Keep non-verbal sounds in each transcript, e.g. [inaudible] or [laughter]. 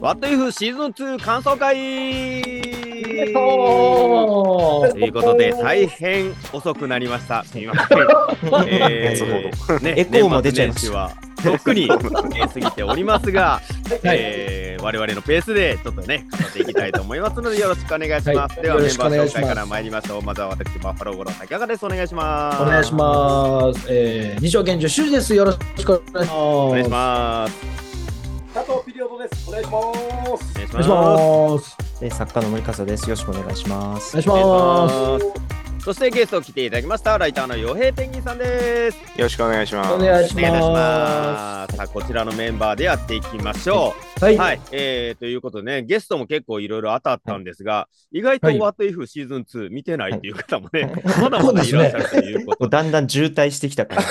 What If シーズン2感想会ということで、大変遅くなりました。すみま [laughs] せん。えーね、エコーも出ちゃいま年末年始しは、とっくにえー過ぎておりますが、はいえー我々のペースでちょっとね、語っていきたいと思いますので、よろしくお願いします。はいでは、よろメンしくバおー願紹いします介から参りましょう。まずは私、バッファローゴロさん、いかがですお願いします。お願いします。えー、二条拳銃修二です。よろしくお願いします。おお願いします。佐藤ピリオドです。お願いします。お願いしお願いします。ます。で作家の森笠です。よろしくお願いしまおす願い。します。そしてゲスト来ていただきましたライターの傭兵ペンギンさんです。よろしくお願いします。お願いしお願いいたしまます。さあこちらのメンバーでやっていきましょす。はう。い。はい、えー、ということでねゲストも結構いろいろ当たったんですが、意外とはい What If シーズン2見てないっていう方もね、はまだまだいらっしゃるというこもとうだんだん渋滞してきた感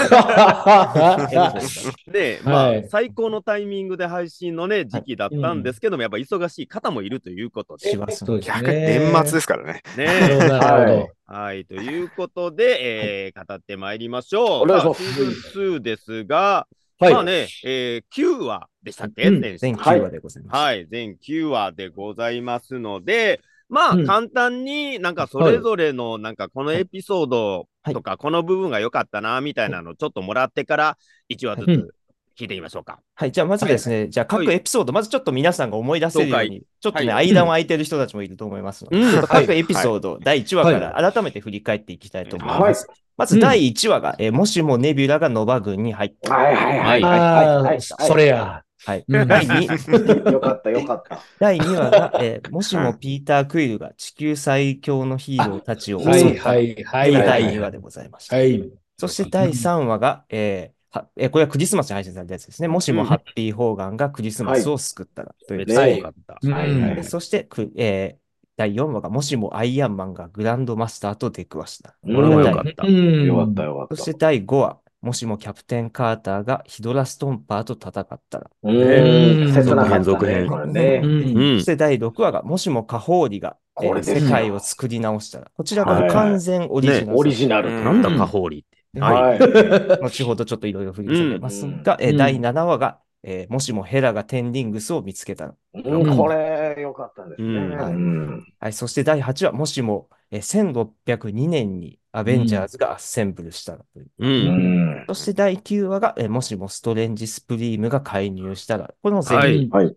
じ。 [laughs] で、まあはい最高のタイミングで配信のね時期だったんですけども、やっぱ忙しい方もいるということでします。そうです逆ね。年末ですからね。 [laughs] ねなるほ。どなるほど。はい、ということで、えー語ってまいりましょう。お願いしますさあシーズン2ですが、はい。まあね、えー、9話でしたっけ、うん先週全9話でございます。はい、全9話でございますので、まあ、うん簡単になんかそれぞれのなんかこのエピソードとか、この部分が良かったなみたいなのちょっともらってから1話ずつうん聞いてみましょうか。はい、じゃあまずですね、じゃあ各エピソード、まずちょっと皆さんが思い出せるよう紹に、ちょっとね、は間も空いてる人たちもいると思いますので、うんちょっと各エピソード、第1話かはら改めて振り返っていきたいと思います。はい。まず第1話が、えーもしもネビュラがノバ軍に入った。はいはいはいあはいあー、はい。それや。はいうん第 2, よかったよかった。第2話が、えーもしもピーター・クイルが地球最強のヒーローたちを襲はっいた。はいは第い。 2話でございました。はい。そして第3話が、えーはえーこれはクリスマスに配信されたやつですね。もしもハッピー・ホーガンがクリスマスを救ったらというめっやつちゃ良かった。うんはいはでいそしてく、えー第4話が、もしもアイアンマンがグランドマスターと出くわした。うんこれも良か第った。うんよかったよかそしってた。第5話、もしもキャプテン・カーターがヒドラ・ストンパーと戦ったら。うーん。切なかったね続編これう。ね。うんんそして第6話が、もしもカホーリが、えーこれですよ世界を作り直したら。こちらがもうはい完全オリジナル作、オリジナル。うんなんだかホーリーって。はいはい。は後ほどちょっといろいろ振り返りますが、うんえーうん第7話が、えーもしもヘラがテンディングスを見つけたら。いうんこれよかったですね。うんはい、そして第8話、もしも、えー1602年にアベンジャーズがアッセンブルしたらという。う。うんん。そして第9話が、えーもしもストレンジスプリームが介入したら、これも全は部い。はい。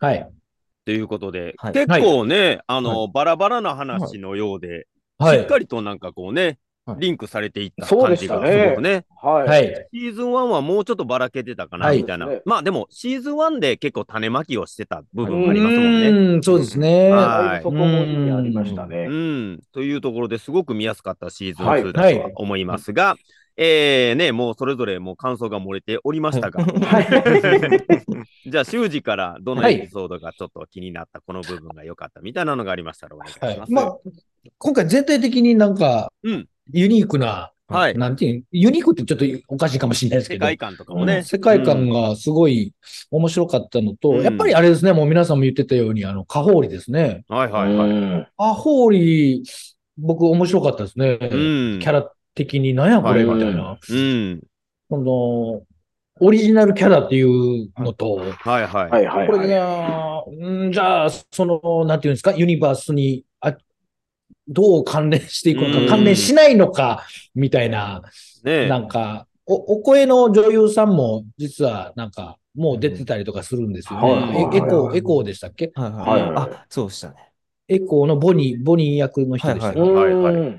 はい。ということで、はい結構ね、あの、バラバラな話のようで、はしっい。かりとなんかこうね、はいリンクされていったそう感でじしがたすねごくね、は。はいい。シーズン1はもうちょっとばらけてたかな、はいみたいな。そうですねまあでも、シーズン1で結構種まきをしてた部分うもんありますもんね。うん、そうですね。はだいぶそこも意味ありましたねう。ん。というところですごく見やすかったシーズンはい2だとは思いますが、えーね、もうそれぞれもう感想が漏れておりましたが、 [laughs] じゃあ、修二からどのはいエピソードがちょっと気になった、この部分が良かったみたいなのがありましたらお願いしはまいす。はい。まあ、今回全体的になんかうん、ユニークな、はいなんていう、ユニークってちょっとおかしいかもしれないですけ世ど、界観とかもね。世界観がすごい面白かったのと、うんやっぱりあれですね、もう皆さんも言ってたように、あの、カホーリですね。はいはいはい。い。カホーリ、僕面白かったですね。うん。キャラ的になんやこれはいみたいな。うん。この、オリジナルキャラっていうのと、はいはい。はいはい。これが、うんじゃあ、その、なんていうんですか、ユニバースに、あどう関連していくのうんか、関連しないのか、みたいな、ねなんか、お、お声の女優さんも、実は、なんか、もう出てたりとかするんですよはいはいねは。いえエコー、エコーでしたっけはいはいはいはいあ、そうでしたね。エコーのボニー、ボニー役の人でしたっけははいはいうん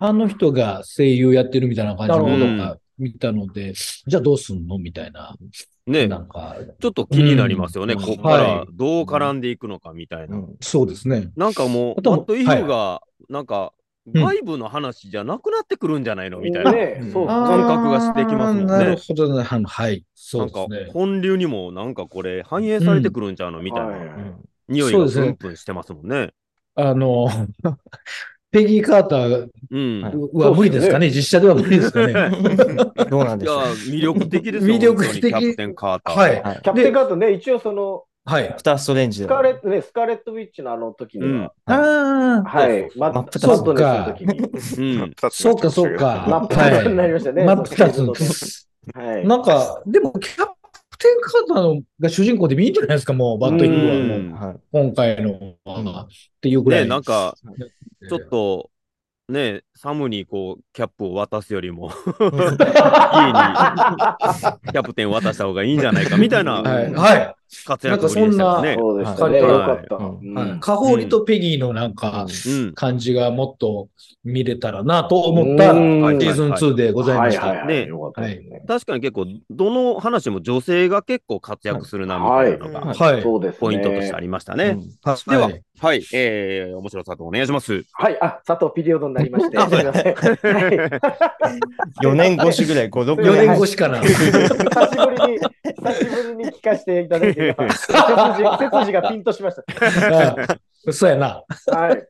あの人が声優やってるみたいな感じなのるほどなんか見たので、じゃあどうすんのみたいな。ねなんか、ちょっと気になりますよね。うんここからはいどう絡んでいくのかみたいな。うんそうですね。なんかもあう、とワはットイフが、なんか、うん外部の話じゃなくなってくるんじゃないのみたいな。ねそうあ感覚がしてきますもんねあーなるほどね。あのはい。なそうんでかすね、。本流にも、なんかこれ、反映されてくるんちゃうのみたいはな。ういん匂いそうがですプねンプンしてますもんね。あの、 [laughs] ペギー・カーターうん。 [laughs] はいは無理ですかね実写では無理ですかねどうなんいでしやょう。、魅力的ですよ魅力的本当にキャプテン・カーター。はい。はいキャプテンカートね、一応その、はいス。ター・ストレンジスでカーはレット、ね、スカーレットウィッチのあの時には、ああ、はい、ま真っ二つマットにした時に、うん。二つそうかそうか真っ二つになりましたね。真っ二つはい。なんか、でも、キャプテンカードが主人公でもいいんじゃないですか、もう、バッドイングはもうう。んはい。今回のは、っていうぐらい。ね、なんか、ちょっと。と、ね、サムにこう、キャップを渡すよりも、家にはキャプテン渡した方がいいんじゃないか、みたいなはい。は活躍ぶりでしたよいね。そうでしたね。よはいかった。はいうい。うんカホリとペギーのなんうか、ん。感じがもっと見れたらなと思ったシうんーズン2でございました。はいはいはいねよかったですね。確かに結構、どの話も女性が結構活躍するな、みたいなのが、はいはい。そうですね。ポイントとしてありましたね。うんはでは、はいい、えー、面白さとお願いします。はい、あ、佐藤ピリオドになりまして。あす [laughs] そうみません。はい4年越しぐらい、5、6四4年年越越しかな。久しぶりに、久しぶりに聞かせていただい [laughs] て、今背筋背筋がピンとしましうんそうやな。た。はい。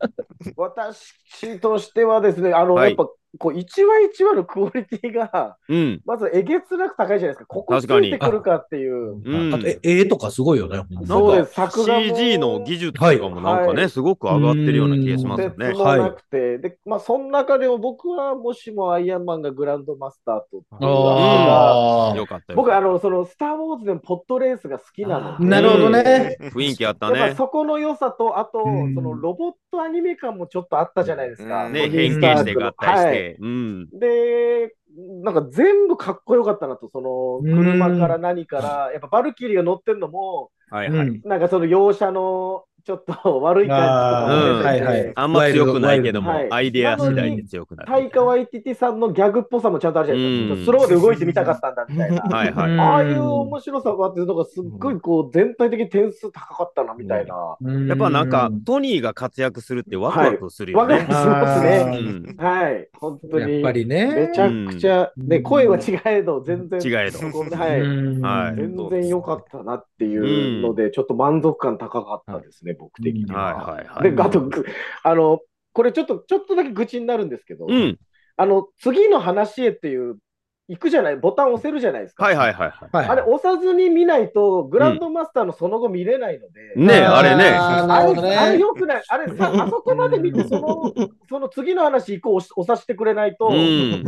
私としてはですね、あの、はいやっぱ、こう、一話一話のクオリティが、うん。まずえげつなく高いじゃないですか。ここつ確かにいてくるかって [laughs] いう。うんあと、え絵とかすごいよね。なんそうでかす作画も CG の技術とかもなんかね、はいすごく上がってるような気がしますよ説ね。もなくて、で、まあ、その中でも僕は、もしもアイアンマンがグランドマスターとっていうのが、あよかったよ。僕、あの、その、スター・ウォーズでもポットレースが好きなのあ。で。なるほどね。雰囲気あったやっねぱ。そこの良さと、あと、うんそのロボットアニメ感もちょっとあったじゃないですか。うんね、こう変形してがあったりして。うん。はいで、なんか全部かっこよかったなと、その車から何から、やっぱバルキリーが乗ってんのも、はいはうい。んなんかその容赦のちょっと [laughs] 悪い感じとかもは出いてはてい。あんま強くないけどワイもル、ドアイデア次第で強くなタイる。カワイティティさんのギャグっぽさもちゃんとあるじゃないですか。うんちょっとスローで動いてみたかったんだみたいな。はいはうい。んああいう面白さがあって、なんかすっごいこう全体的に点数高かったなみたいな。やっぱなんかう、トニーが活躍するってワクワクするよわかりね。ますうね。ん。はい、本当やっに。ぱりね。めちゃくちゃ、うんね、声は違えど、全然。違えどここうはい。んはい全然良かったなっていうので、ちょっと満足感高かったですね、僕的には。はいはいで、はあい。と、ぐあの、これちょっと、ちょっとだけ愚痴になるんですけど、うん。あの、次の話へっていう、行くじゃない、ボタン押せるじゃないですか。はいはいはいははいあれ、押さずに見ないと、グランドマスターのその後見れないので、い。ねあれね。あーなあるれほどねあれ良くない、あれ [laughs] さ、あそこまで見て、その、その次の話以降押し押させてくれないと、うん。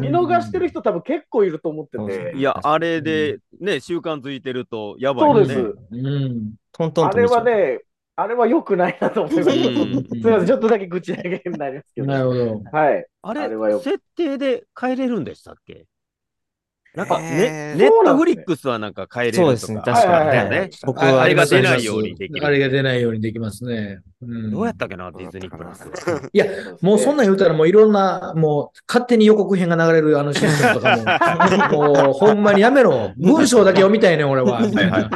見逃してる人多分結構いると思ってて。いや、あれで、ね、習慣づいてると、やばいそうよでね。す。うん。トントンあと見れちゃはう。ね、あれは良くないなと思います。すうみんません、ちょっとだけ愚痴だけになりますけど。なるほど。はい。ああれはれ、よ設定で変えれるんでしたっけなんかね、えーネッそうなトんフでリすねックスはなんか変えれるとそうか。あですね、確かにはいね。はいはいね僕あはあれが出ないようにできるあれが出ないようにできますね。うんどうやったっけな、ディズニープラス。いや、もうそんなん言うたらもういろんな、もう勝手に予告編が流れるあのシーンとかも、もうほんまにやめろ。文章だけ読みたいねん、俺は。みたいな。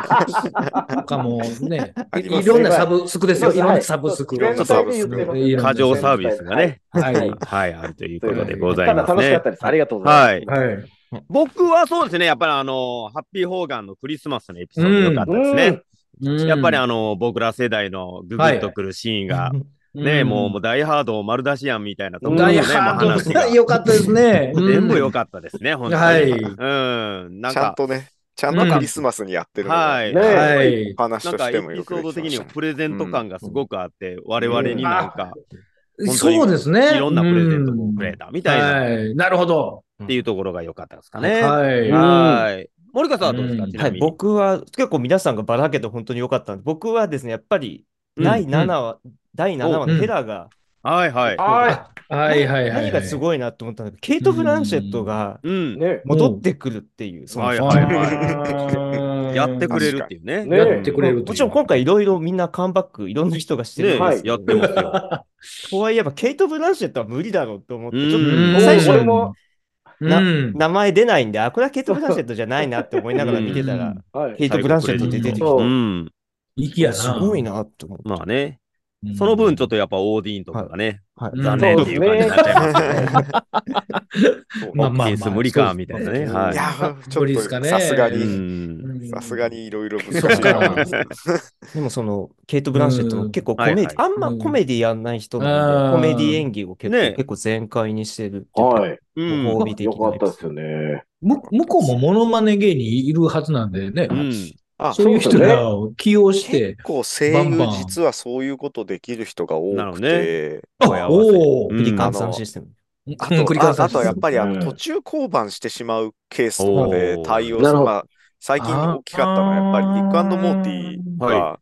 とかもうね、いろんなサブスクですよ。いろんなサブスク。ちょっとサブスク過剰サービスがね、はい。はい。はい、あるということでございただます楽しかねっ。たです。ありがとうございます。はい。僕はそうですね、やっぱりあの、ハッピーホーガンのクリスマスのエピソード良かったですね。うんやっぱりあの、僕ら世代のググッとくるシーンが、ね、もう、もう大ハード丸出しやんみたいなところのダね、イもうハ話ーがド、。よかったですね。全部良かかったですね、本当に。はいうん。なんちゃかん、とね、ちゃんとクリスマスにやってるのがはい。ったねたはい。話なんとかしエてピもよくソーでドき的まにしたもね。プレゼント感がすごくあって、我々になんか、本当にそうですね。いろんなプレゼントもくれたみたいなはい。なるほど。っていうところが良かったですかね。ははい。い。森川さんはどうですか、うんちは、ないみに。僕は結構皆さんがばらけて本当に良かったんで、僕はですね、やっぱりうん第7話、第7話おうのんヘラが、はいはい。ははいはいはい。何がすい。ごいなと思ったのが、ケイト・フランシェットがうん。ね。戻ってくるっていう、そのはいはいはい。やってくれるっていうね。ねやってくれるというもちろん今回いろいろみんなカムバックいろんな人がしてるんねではすいけやど、ってますよ。とはいえばケイト・ブランシェットは無理だろうと思って、ちょっうんと最初俺もうん。名前出ないんで、あ、これはケイト・ブランシェットじゃないなって思いながら見てたうらん、はい。ケイト・ブランシェット出てきそうんて、うん。息やな。すごいなと思って。まあね。その分ちょっとやっぱオーディーンとかがね、はいうん残念っていう感じになっちゃいますよね。まあまあまあケース無理かみたいなねはいいやーちょ無理ですっかとねさすがうに、ん。うんさすが。にいろいろ難そっしいかなら思いまなすね。でもそのケイト・ブランシェットも結構コメうディ、んはいはあんまコメディやんない人うなんんで、コメディ演技を結構,、ね結構全開にしてるっていうか、はい。うん。ご褒美的よなかったですよね。む向こうもモノマネ芸人いるはずなんでねう。ん。あそういう人らを起用して結。構声バンバ優ン実はそういうことできる人が多なるほくどねて、声合わせおおう。んピリカンさんシステム。うんあ繰り返と、させあてとはやっぱりあうのん途中降板してしまうケースとかでおー対応なるすほる、どまあ、最近大きかったのはやっぱりニックモーティーはが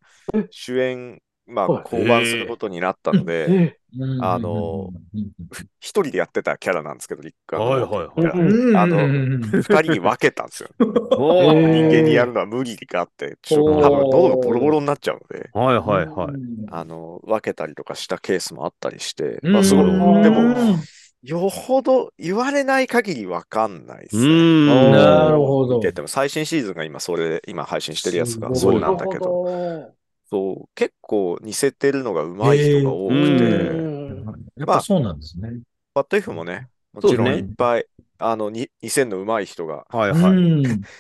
主演、まあ、はい降板することになったので、えあの一人でやってたキャラなんですけど、リックアンドはいモーテはいはい。ィーがうんうんあのうんうんうん二人に分けたんですよ。おーえー人間にやるのは無理があって、ちょっと多分喉がボロボロになっちゃうので、はいはいはい。あの、分けたりとかしたケースもあったりして、うんまあ、すごい。でうんも、よほど言われない限り分かんないでうすね。ーん。なるほど見。てても最新シーズンが今それ今配信してるやつがすそごいうなんだけど、ど。そう結構似せてるのが上手い人が多くて、へーやっぱそうなんですね。バッド F もね、もちろんそういねっぱい、あの、に2000の上手い人が、はいうんはい。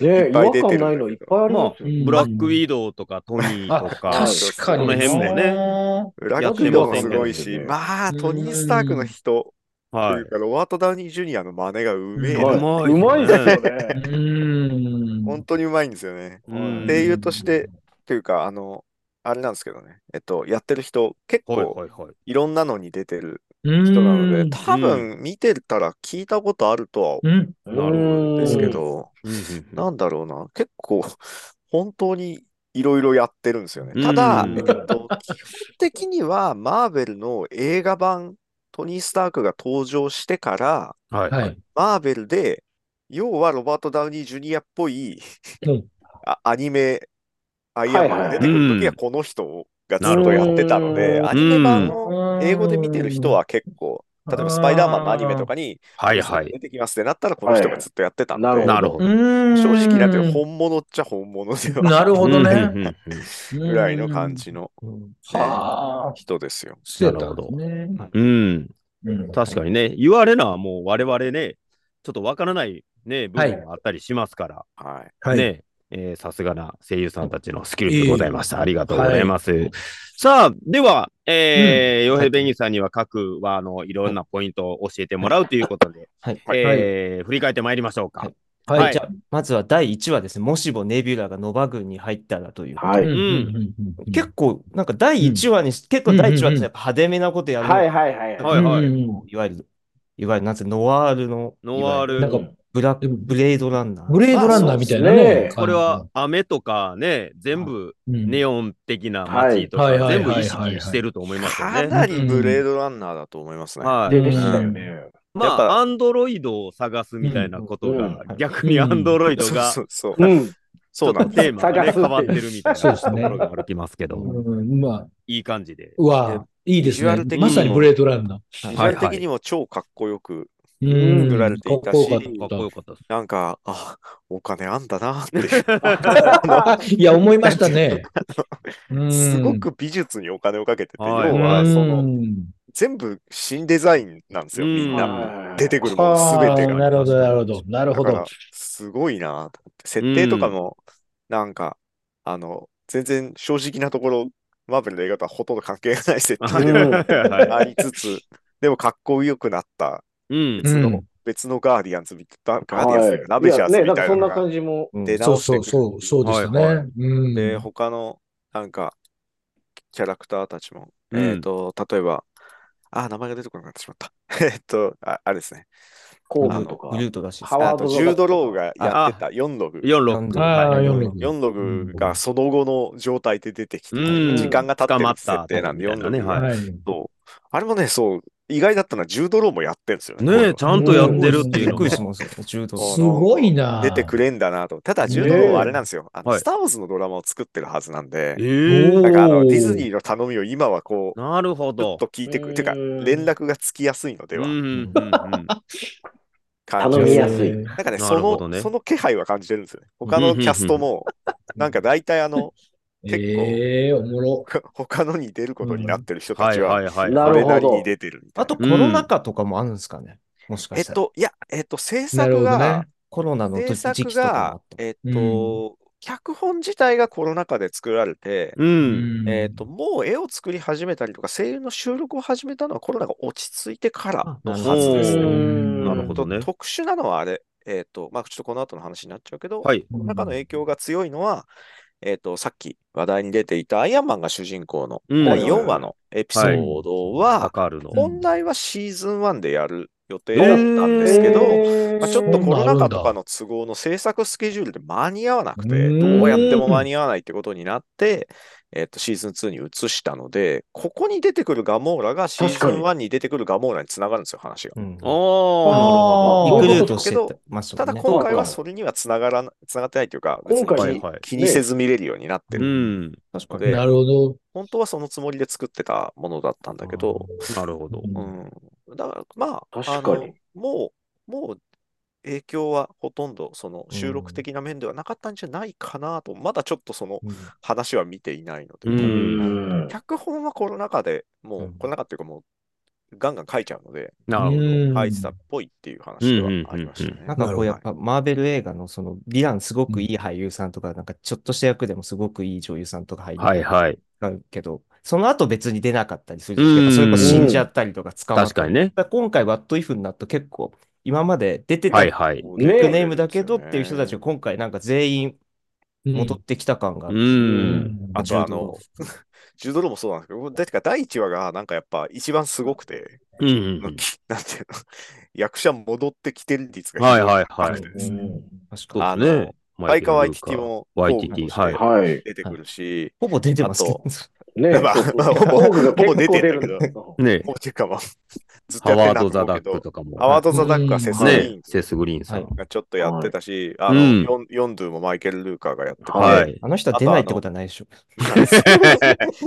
いねっ違ぱい和出てる感ないのいっぱいありますよまあブラックウィドウとかトニあーとか。確かに。この辺もねね。ブラックウィドウもすごいやし、ってまあ、トニー・スタークの人とはいいう。か、ロバート・ダウニー・ジュニアの真似がうめえはな、いいうままいいでですすねよね。うん。本当にうまいんですよね。うん声優として、というか、あの、あれなんですけどね、えっと、やってる人、結はい構はいはい。いろんなのに出てるうん人なので、多分見てたら聞いたことあるとは思うん。うんですけど、うんうんなんだろうな、結構、本当にいろいろやってるんですようね。んただ、うんえっと、基本的には、マーベルの映画版、トニー・スタークが登場してから、はい。はい。マーベルで、要はロバート・ダウニー・ジュニアっぽいうん、 [laughs] あアニメ、アイアンマンが出てくるときは、この人がずっとやってたので、うんアニメ版の英語で見てる人は結構、例えばスパイダーマンのアニメとかに、はいはい。出てきますってなったら、この人がずっとやってたんで、はいはいなるほど。うん。正直だけど、本物っちゃ本物ではなるほどね。ね。ぐらいの感じのうんはあ。人ですよ。そうやったんですね。うん。うん確かにね、言われな、もう我々ね、ちょっとわからないね、部分もあったりしますから、はい。はい。ね、えーさすがな声優さんたちのスキルでございました。いえいえありがとうございます。さあ、では、えー、洋平ベニーさんには各話のいろんなポイントを教えてもらうということ [laughs] で、はい。えー振り返ってまいりましょうか。はいいはい。じゃあ、まずは第1話ですね。もしもネビュラがノバ軍に入ったらということうではいん。はういんうん結構、なんか第1話にし、結構第1話ってやっぱ派手めなことやるのはいはいははいい。はいうんいわゆる、いわゆるなんつうのノワールの、ノワールいわゆるなんか、ブラック、ブレードランナー。ブレードランナーみたいなあそうでねすね。これは、雨とかね、全部うん、ネオン的な街とはか、いはい全部意識してると思いますよかね。なりブレードランナーだと思いますね。はい。出てきたよね。まやっぱあ、アンドロイドを探すみたいなことが、うん逆にアンドロイドそうが、ちそうそう。うん。そょうっなとんですテーマがね、探す変っていうわってるみたいなそうとですねころが歩きますけど、うん、まあ、いい感じで。うわ、いいですビジュアねル的。にもまさにブレードランナー。ビジュはアいル的にも超かっこよく、うん作られていたしかっかっここよよかったです。なんか、あ、お金あんだなっていう、かった。いや、思いましたね。 [laughs] うんすご、く美術にお金をかけてて、はい要うんはその、全部新デザインなんですよ、うんみんな。出てくるものは全あてが。なるほど、なるほど、なるほだかどら。すごいなと思って設定とかも、なんか、あの、全然正直なところ、マーベルの映画とはほとんど関係ない設定でもあはいりつつ、でもかっこよくなったうんう別の、ん別のガーディアンズみたいな、ガーディアンズというかナベジャーズね、なみんたかいなそんのなが感じも。うん出そう直してそうくるそう、そうでしたね。はいはうん。で、他の、なんか、キャラクターたちも、うんえっ、と、例えば、あ、名前が出てこなくなってしまった。 [laughs] えっと、ああれですね。コブールブとかブ。ルートらしいですハ。ワあードと、ジュード・ローがやってたあ4ログ。 4、6。ああ、はい4、6。 4ログがその後の状態で出てきて、うん時間が経って捕まるった設定なんで、みた4いなロねグが、はいはい。そうあれもね、そう、意外だったのは、ジュード・ローもやってるんですよね。ねえ、ちゃんとやってるっていびうっのくがりしますよ、柔道。そうすごいな。出てくれんだなと。ただ、ジュード・ローはあれなんですよ。あのはいスター・ウォーズのドラマを作ってるはずなんで、ええおだからあのおーディズニーの頼みを今はこう、なるほちょどっと。聞いてくうる。んてか、連絡がつきやすいのでうんは、うんうん感頼みじがやする。すいうんなんかね、なそるほのど、ねその気配は感じてるんですよね。他のキャストも、なんか大体あの、結構ええおもろ。他のに出ることになってる人たはちいはは、いはい。なそるれほどなりに出てるみたあいなと、コロナ禍とかもあるんですかね。もしかえっしたら。と、いや、えっと、制なる作ほどねが、。コロナの制時時作期とかもあがっ、た。えっと、脚本自体がコロナ禍で作られて、う。うんんえっと、もう絵を作り始めたりとか、声優の収録を始めたのはコロナが落ち着いてからのはずですうね。んなるほどねえっと特殊なのはあれ、えっと、まあ、ちょっとこの後の話になっちゃうけど、はい。コロナ禍の影響が強いのは、えっと、さっき話題に出ていたアイアンマンが主人公のうん第4話のエピソードはわ、かるの。本来はシーズン1でやる予定だったんですけど、えーまあ、ちょっとコロナ禍とかの都合の制作スケジュールで間に合わなくて、どうやっても間に合わないってことになって、えっと、シーズン2に移したので、ここに出てくるガモーラがシーズ確かン1に出てくるガモーラにつながるんですよ、話が。うんおー。あリクルーートしてましたもただんね。今回はそれにはつながらな、つながってないっていうか、別に回今気はいはい気にせず見れるようになってうる。ん。確かでなるほど。本当はそのつもりで作ってたものだったんだけど、なるほど。うん、だからまあ、確かにあのもう、もう影響はほとんどそのうん収録的な面ではなかったんじゃないかなと、まだちょっとそのうん話は見ていないのうで、んうん脚本はコロナ禍でもう、うんコロナ禍っていうかもう、ガンガン書いちゃうので、なるほど。うん書いてたっぽいっていう話ではありましたね。なんかこうやっはいぱマーベル映画のそのヴィランすごくいい俳優さんとか、なんかちょっとした役でもすごくいい女優さんとか入はいはい。るけど、その後別に出なかったりするじゃんうんそれこそ死んじゃったりとか捕まっ確たかにり。ね。だから今回 What If になると結構今まで出てたはいビはい。こうねッグネームだけどっていう人たちがね今回なんか全員戻ってきた感があうるん。あとあの、 [laughs] ジュドルもそうなんですけど、だってか第1話がなんかやっぱ一番すごくて、うんうん [laughs] なんていうの、役者戻ってきてる率がはいはいはひい [laughs] ど。くてですねうん確そうでかあすのね。バイカワイティティもワイティティ、フォはークい。もはい。出てくるし、ほぼ出てますけどあ。ねまあそうそうまあほぼフォークが結構ほぼ出てんだけど出るねもうていう [laughs] かまあ、ずっとハやってワたード・んザ・だろうダけックど、とかも。ハワード・ザ・ダックはセス・リーねンセス・グリーンさん。はがちょっとやってたし、あうの、んヨンヨンドゥもマイケル・ルーカーがやってて、 [laughs] はい。あの人は出ないってことはないでしょ。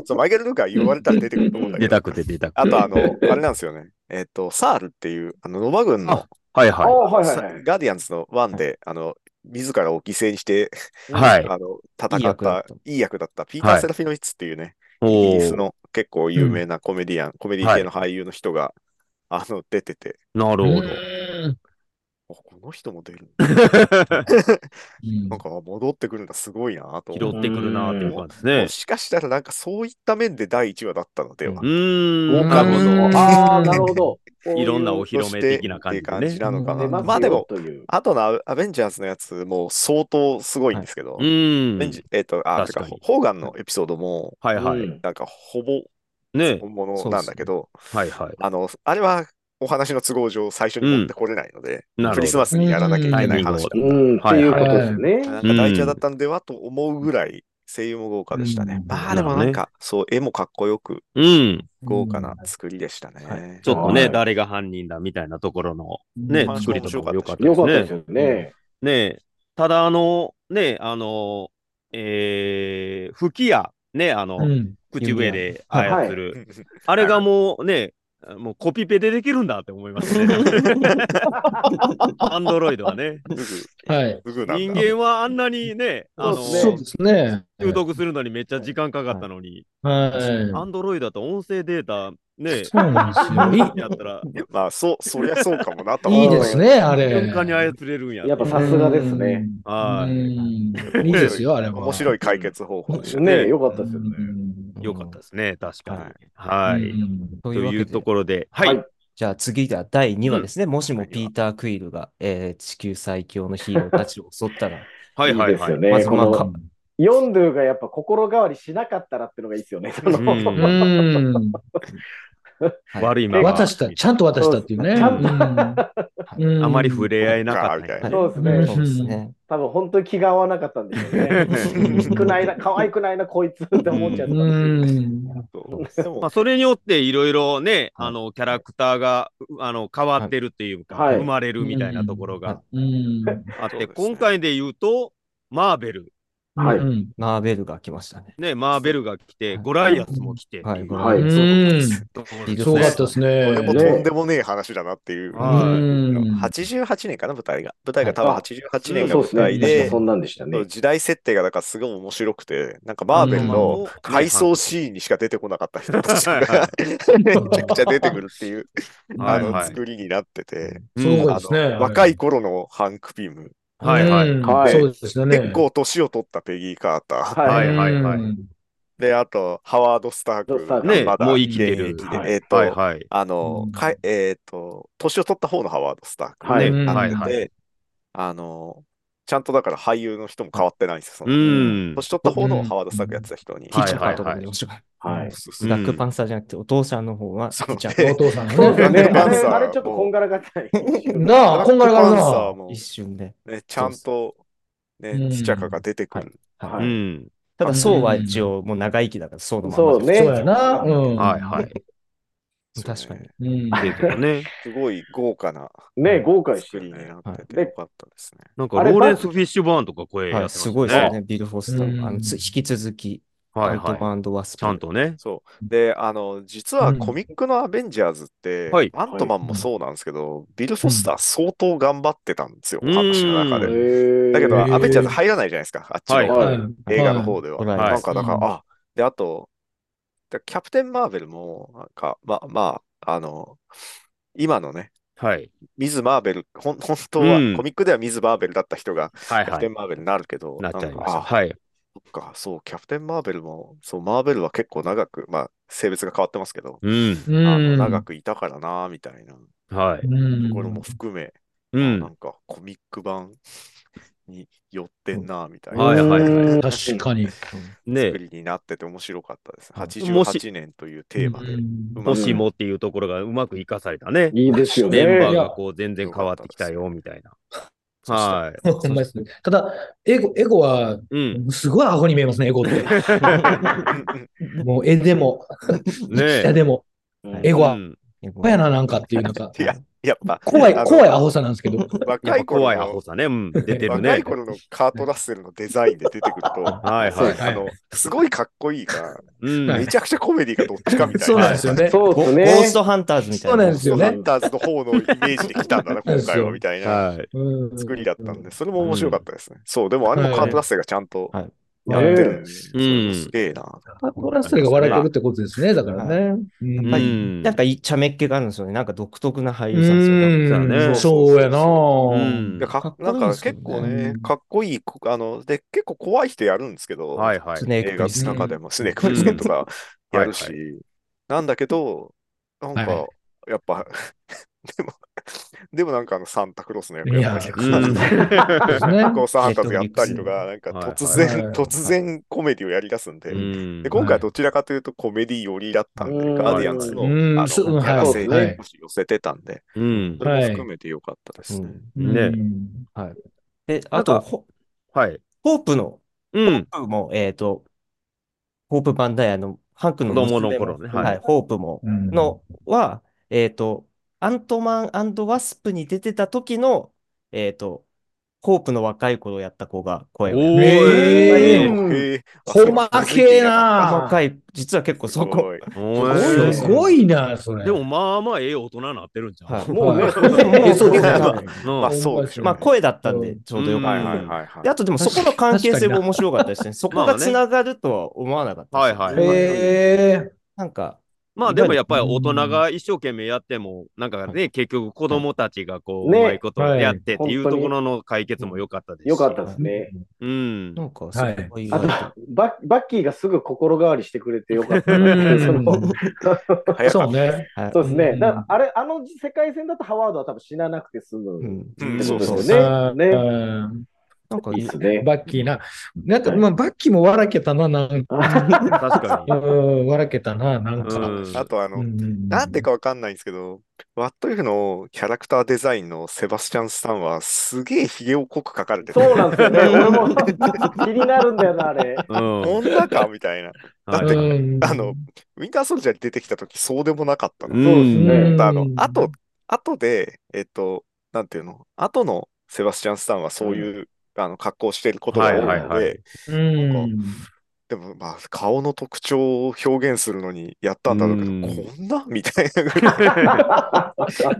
そうマイケル・ルーカー言われたら出てくると思うんだ [laughs] [laughs] け出ど、たくて出たく [laughs] て。あとあの、あれなんですよね、えっと、サールっていう、あの、ノバ軍の、はいああ、ははいはいさはい。ガーディアンズのワンで、あの、自らを犠牲にして、い。はい。あの、戦いいっ役だったた、いい役だった、ピータはー・いセラフィノイッツっていうね、イギおリスーの結構有名なコメディアン、コメディ系の俳優の人が、あの、出てて、なるほど。あこの人も出る。 [laughs] うんなんか戻ってくるんだ、すごいなと拾思っってくるなーっていう感じて。もでしかしたらなんかそういった面で第1話だったのでは。すね。うーん。なるほどうんああ、なるほど。こうういろんなお披露目的な感じそしてでね。っていう感じなのかな。出ますよまあでも、という。あとのアベンジャーズのやつも相当すごいんですけど、うアベンんジ。えっ、と、あ、て確かかに、ホーガンのエピソードも、はいはうい。んなんかほぼね本物なんだけど、はいはい。あの、あれはお話の都合上最初に持ってこれないので、なるクリスマスにやらなきゃいけない話だった。うん、っていうことですね。なんか大事だったんではと思うぐらい声優も豪華でしたね。うんまあでもなんか、そう、絵もかっこよくうん。豪華な作りでしたね。ちょっとはね、い誰が犯人だみたいなところのねう、ん作りとかも良かったでよすかったねです。よね。ねえ、ただあの、ねえ、あの、えー、吹き矢、ね、あの、うん口笛ではい操る、あれがもうね、もうコピペでできるんだって思いま [laughs] したね。アンドロイドはね。ブグ、はい。ブグなんだ。人間はあんなにね、あの、そうですね。習得するのにめっちゃ時間かかったのに、アはンドロイドだと音声データ、ねい。、そうなんですよ。やったら、まあ、そう、そりゃそうかもなといい思。いうですね、あれ。瞬間に操れるんや。やっぱさすがですね。はい。うんいいですよ、あれは。面白い解決方法でしたね。ねよかったですよね。ねよかったですね、確かに。ははいい。。とというわけいうでところで、はい。はいじゃあ次が第2話ですね。もしもピーター・クイルが、えー地球最強のヒーローたちを襲ったら、はいはいいですはいよ。ね。まずこまあのか、ヨンドゥがやっぱ心変わりしなかったらってのがいいですよね。そのうんうん。はい悪いまま渡した、ちゃんと渡したっていうね。ちゃんとあまり触れ。れ合えなかったはいはいそうですねそうですね。多分本当に気が合わなかったんですよね。くないな、可愛くないな、こいつって思っちゃった。うん。そうでもまあ、それによっていろいろね、はいあのキャラクターがうあの変わってるっていうか、はい生まれるみたいなところがうん。あって、はいそうですね今回で言うと、マーベル、はいうんマーベルが来ましたね。ね、マーベルが来て、はいゴライアスも来てっていう、はいうはいん。ところいいねですねすごかったですね。これもねとんでもねえ話だなっていう。はうん88年かな、舞台が。舞台が多分はい88年がそうで舞すね。台確かでそ、んなんでしたそねう。時代設定がだからすごい面白くて、なんかバーベルうんの回想シーンにしか出てこなかった人たちが [laughs] めちゃくちゃ出てくるっていう、はあいのはい作りになってて、うんそうあですねの若い頃のハンク・ピム、はいはいうんはいそうですね。結構年を取ったペギー・カーター、はいはいはいはいうんで、あと、ハワード・スタークスタークねま、だもう生きてる。現役ではいえっとはいはい。あの、うんかいえっ、と、年を取った方のハワード・スタークはいねうんなはっいてはいて、あの、ちゃんとだから俳優の人も変わってないんですよ。そのうん。年取った方のハワード・スタックやってた人に。ティーはチいャーパートナーで面白い。はい。そう [laughs] そうブラックパンサーじゃなくて、お父さんの方は、テそうィーチャーえパーお父さんそうのですよ [laughs] ね。ね。ブあラックパンれ、サーあれちょっとこんがらがったい。なあ、こんがらがるブラックパンサなー。も一瞬で。ね、ちゃんと、ね、うんティチャカが出てくる。はいはういん。ただ、そうは一応、もう長生きだから、そうのまんまそうね。そうやな。うん。はいはい。確かに。うん。出てたね。すごい豪華なね、豪華でスすクよリーンにね。なってて、はいよかったですね。なんか、ローレンス・フィッシュバーンとか声やってはまい、したすごいですよね。ビル・フォスター。あうのんつ引き続き、はいアントはマンワスい。プちゃんとね。そう。で、あの、実はコミックのアベンジャーズって、はいアントマンもそうなんですけど、ビル・フォスター相当頑張ってたんですよ、うん話の中うで。へーだけど、へーアベンジャーズ入らないじゃないですか、あっちはいのはい映画の方では。はいなんか、だから、はいあ、で、あと、だキャプテン・マーベルも、なんか、まあ、まあ、あの、今のね、はい。ミズ・マーベル、ほん本当は、うんコミックではミズ・マーベルだった人が、はいキャプはテン・い。マーベルになるけど、なっちゃいました。なんかあはい。そっか、そう、キャプテン・マーベルも、そう、マーベルは結構長く、まあ、性別が変わってますけど、うん。うん。あの長くいたからな、みたいなとはい。うん。ころも含め、う。なんんかコミック版に寄ってんな、みたいな、はいはいはい。確かに。ね作りになってて面白かったです。もし88年というテーマで、うんうまもくしもっていうところがうまく生かされたね。いいですよね。メンバーいやがこう全然変わってきたよ、みたいな。よかはい。ほんまですねただ、エゴ、エゴは、うん。すごいアホに見えますね、エゴって。もう、絵でも、ね絵え。でも、エエゴは、こアホやな、なんかっていう、なんか、いや、やっぱ、怖い、あの怖いアホさなんですけど。若い頃怖いアのホさね。うん。出てる若ねい。頃のカート・ラッセルのデザインで出てくると、 [laughs] はいそうははいい。あのすごいかっこいいか、うん。めちゃくちゃコメディかどっちかみたいな。そうなんですよね。そうゴゴですーね。ストハンターズみたいな。そうなんですよねハンターズの方のイメージで来たんだな、今回はみ [laughs] たいなはい。うん作りだったんで、それも面白かったですね。そう、でもあれもカート・ラッセルがちゃんとはいやってるんで、そうんれもすげえな。カートラッセルが笑えてるってことですね、だからね。うんぱりうんなんかいい、ちゃめっ気があるんですよね。なんか独特な俳優さんですよね。そうだねそうやなうぁんでかかっこいいなんかですよ結ね構ねう、んかっこいい、あの、で、結構怖い人やるんですけど、はいはいス。ネー映ク画リのス中でもスネークプリスケンとかやるし、なんだけど、なんはいはか、やっぱ、 [laughs] でも、でもなんかあのサンタクロースの役いややったりとうか、 [laughs] ん。そうですねなんかサンタズやったりとか、なんかはいはい突然、はい突然コメディをやり出すんで、うん [laughs] で今回はどちらかというとコメディ寄りだったんで、うんガーディアンズの,、うんあのそうはいキャラ性にはい少し寄せてたんで、うんそ。れも含めてよかったですね。ねうんで、あと、ホはい。ホープの、うん。ホープも、えっと、ホープバンダイアの、ハンクの子供娘のも頃ねはいはい、ホープも、うんのは、えっと、アントマンワスプに出てた時の、えっと、ホープの若い頃やった子が声をやる。ーえーうんへーあ細けえなぁ若い、実は結構そこ、。おーそうーすごいな、それ。でも、まあまあ、ええ大人になってるんじゃん。はいもうね、えそうですねうんまあそうですよねまあ声だったんでちょうどよはかいっはいた。はいはい。であとでもそこの関係性も面白かったですね。そこがつながるとは思わなかったです。まあねはいはいえなんか、まあでもやっぱり大人が一生懸命やっても、なんかね、結局子供たちがこう、うねまいことやってっていうはいところの解決も良かったですし。よかったですね。うんな。んか、そこ意あ外とと。バ、バッキーがすぐ心変わりしてくれてよかったなってうんい [laughs] う。その早かそっうね。はいそうですうね。んだからあれ、あの世界線だとハワードは多分死ななくて済うむ。んうんってこそうとそうですそうようね。ね。んなんかいいっすね。バッキーな。なんか、はいまあ、バッキーも笑けたな、なんか。 [laughs] 確かうに。ん、笑けたな、なんうか。んた。あとあの、ななんで。かわかんないんですけど、ワットイフのキャラクターデザインのセバスチャンスさんはすげえヒゲを濃く描かれててそうなんですよね。俺も [laughs] 気になるんだよな、あれ。うん。女かみたいな。だってうんあの、ウィンターソルジャーに出てきた時そうでもなかったの。うそうですねあとあのう、んあと、あとで、えっと、なんていうの、あとのセバスチャンスさんはそういう、あの格好してることが多いので、はいはいはいうん。でもまあ顔の特徴を表現するのにやったんだろうけど、うんこんなみたいなぐらいな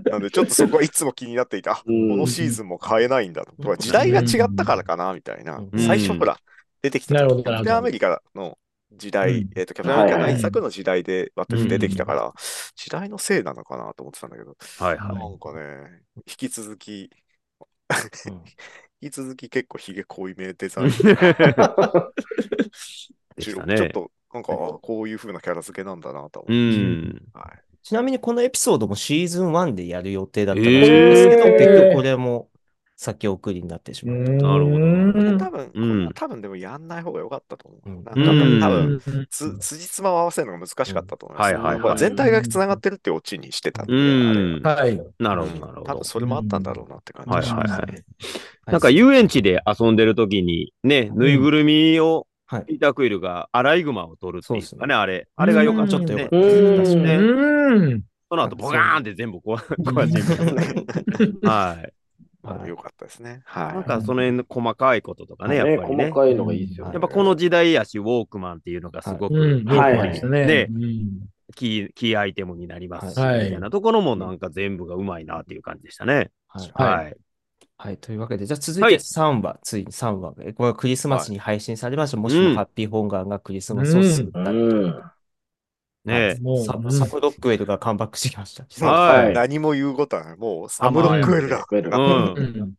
のでちょっとそこはいつも気になっていたあこうんのシーズンも変えないんだとか時代が違ったからかなみたいな、うん最初ほら出てきたなるほどキなるほャプどテンアメリカの時代、うんえっ、とキャプテンアメリカはいはい内作の時代で私出てきたから、時代のせいなのかなと思ってたんだけど、はいなはんかね引き続きうん [laughs] 引き続き結構ひげ濃いめデザインい。でしたちょっね。となんかあこういう風なキャラ付けなんだなと思っう。てん。はいちなみにこのエピソードもシーズン1でやる予定だったんですけど、えー結局これも先送りになってしまう。ななるほど多分、こうんれは多分でもやんない方が良かったと思う。うんなんか多分多分、うつん辻褄を合わせるのが難しかったと思いまはす。いはいはいなんか全体が繋がってるってオチにしてたんで、あれはん。はい。なるほど、なるほ多ど分。それもあったんだろうなって感じがしますね。はいはいなんか遊園地で遊んでるときに、ね、ぬいぐるみを、はいピーター・クイルがアライグマを取るっていうんですそうかでね、すねあれ。あれが良かったちょっと良かったね。でうす。ん確かにうん。その後、ボカーンって全部壊壊していく。はい。まあ良かったですね。なんはかその辺の細かいこととかね、やっぱりね細。かいのがいいですよね。やっぱこの時代やし、ウォークマンっていうのがすごくはいはい。ですね。でうんキー、キーアイテムになりますし、みはいたいなところもなんか全部がうまいなっていう感じでしたね。はいはいはい。はい。というわけで、じゃあ続いはいて3話、ついに3話。これはクリスマスに配信されました。もしうんもハッピーホーンガンがクリスマスを救ったうりん。ねえ。もうサうんサブロックウェルがカムバックしてきました。い。もうはい何も言うことはないもうサムロックウェルだ。う。うんん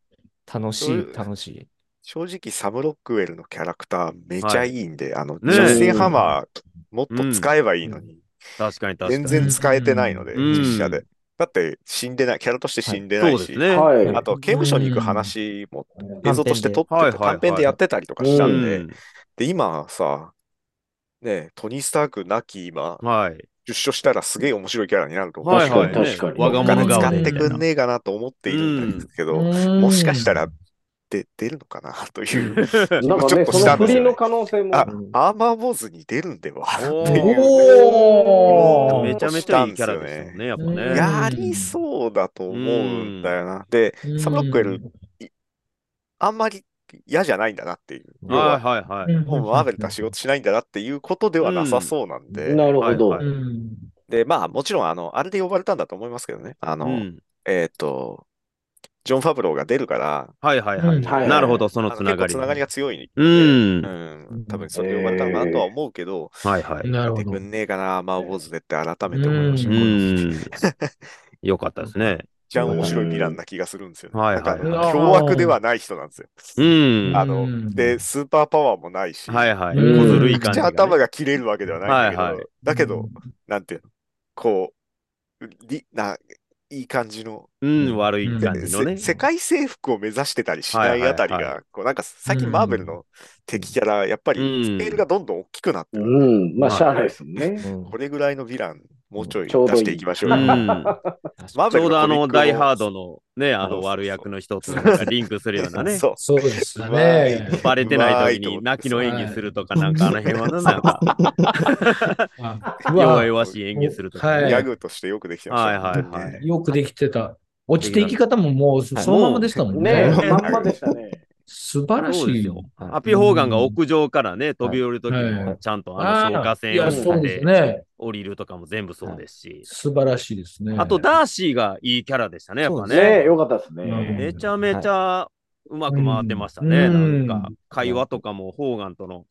楽しそういい、う楽しい。正直サムロックウェルのキャラクターめちゃいいんで、あの、ね女性ハマーもっと使えばいいのに、確かに確か全に。然使えてないので、うん実写で。だって死んでない、キャラとして死んでなそいうですし、ね。はい。あと刑務所に行く話も映像として撮ってはいはいて、はい短編でやってたりとかしうたんでん、。で、今さ、ね、トニー・スタークなき今、はい。出所したらすげえ面白いキャラになると思う。はいはい。確かにね我がお金物使顔でっみてたいく。なんねえかなと思っているんですけど、もしかしたらで出るのかな [laughs] という、なんかちょね、っとそしたのん振ですよねりの可能性も。あアーマー坊主に出るんではおーっていう。おー [laughs] めちゃめちゃいいキャラですよね、やっぱね。うんやりそうだと思うんだよな。で、サムロックウェル、あんまり嫌じゃないんだなっていう。要はいは、はいはうい。んもうマーベルとは仕事しないんだなっていうことではなさそうなんで。なるほど。はいうんで、まあ、もちろん、あの、あれで呼ばれたんだと思いますけどね。あうの、ん。えっ、と、ジョン・ファブローが出るから、はいはいはい。うんはいなるほど、そあののつながり。結構つながりが強いんでうんうん多分それで呼ばれたのかなとは思うけど、はいはい。なるほ出てどく。んねえかな、マーボーズでって改めて思いました。うこれめっん。よかったですね。ちゃ面白いヴィランな気がするんですよね。はいなんかあのはいはい凶悪ではない人なんですよ。うん。あはのうん、で、スーパーパワーもないし、いはい。小うんずるいめち感ゃじくちゃがね。頭が切れるわけではないんだけど、はいはいだけど、なんていうの、こう、りないい感じの、うん、悪い感じのねせ。世界征服を目指してたりしないあたりが、はいはいはこうなんか最近マーベルの敵キャラ、やっぱうんりスケールがどんどん大きくなってる、うん。まあ、しゃあないですもんうね。んこれぐらいのヴィラン、もうちょいちょうど出いいしていきましうょうよ。ん。マーちベょうルどあコミッの、クダイもハードのね、あそうそうのそう悪役の人となんかリンクするようなね。そう。そうですうまね。いバレてない時うまいと思にって泣きの演技するとかなんかあの辺はなんかあ弱々しい演技するとかはね。いギャグとしてよくできてましたよ。はいはいはい本当にねよくできてた。落ちていき方ももうそのままでしたもんねね。え、まんまでしたね。素晴らしいよ。ハピーホーガンが屋上からね、飛び降りる時はもいちゃんとあの消火栓いをや、持そっうでてすね。降りるとかも全部そうですし。素晴らしいですね。あと、ダーシーがいいキャラでしたね、やっぱねねえ、。よかったですね。うんめちゃめちゃうまく回ってましたうね。なんんか、会話とかもホーガンとの、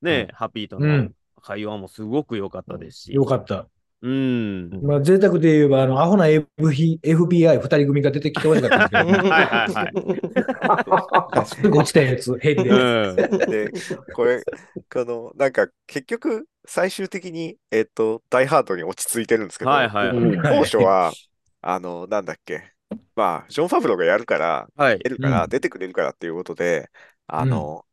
ね、ハピーとの会話もすごく良かったですし。よかった。うん。まあ、贅沢で言えば、あの、アホな FBI 二人組が出てきてほしかったんです [laughs] けど、はいはいはい。すぐ落ちたやつ、ヘリで。うん。で、これ、この、なんか、結局、最終的に、えっと、ダイハードに落ち着いてるんですけど、はいはい。うん当初は、あの、なんだっけ、まあ、ジョン・ファブローがやるから、 [laughs] はい。出るから、うん出てくれるからっていうことで、あの、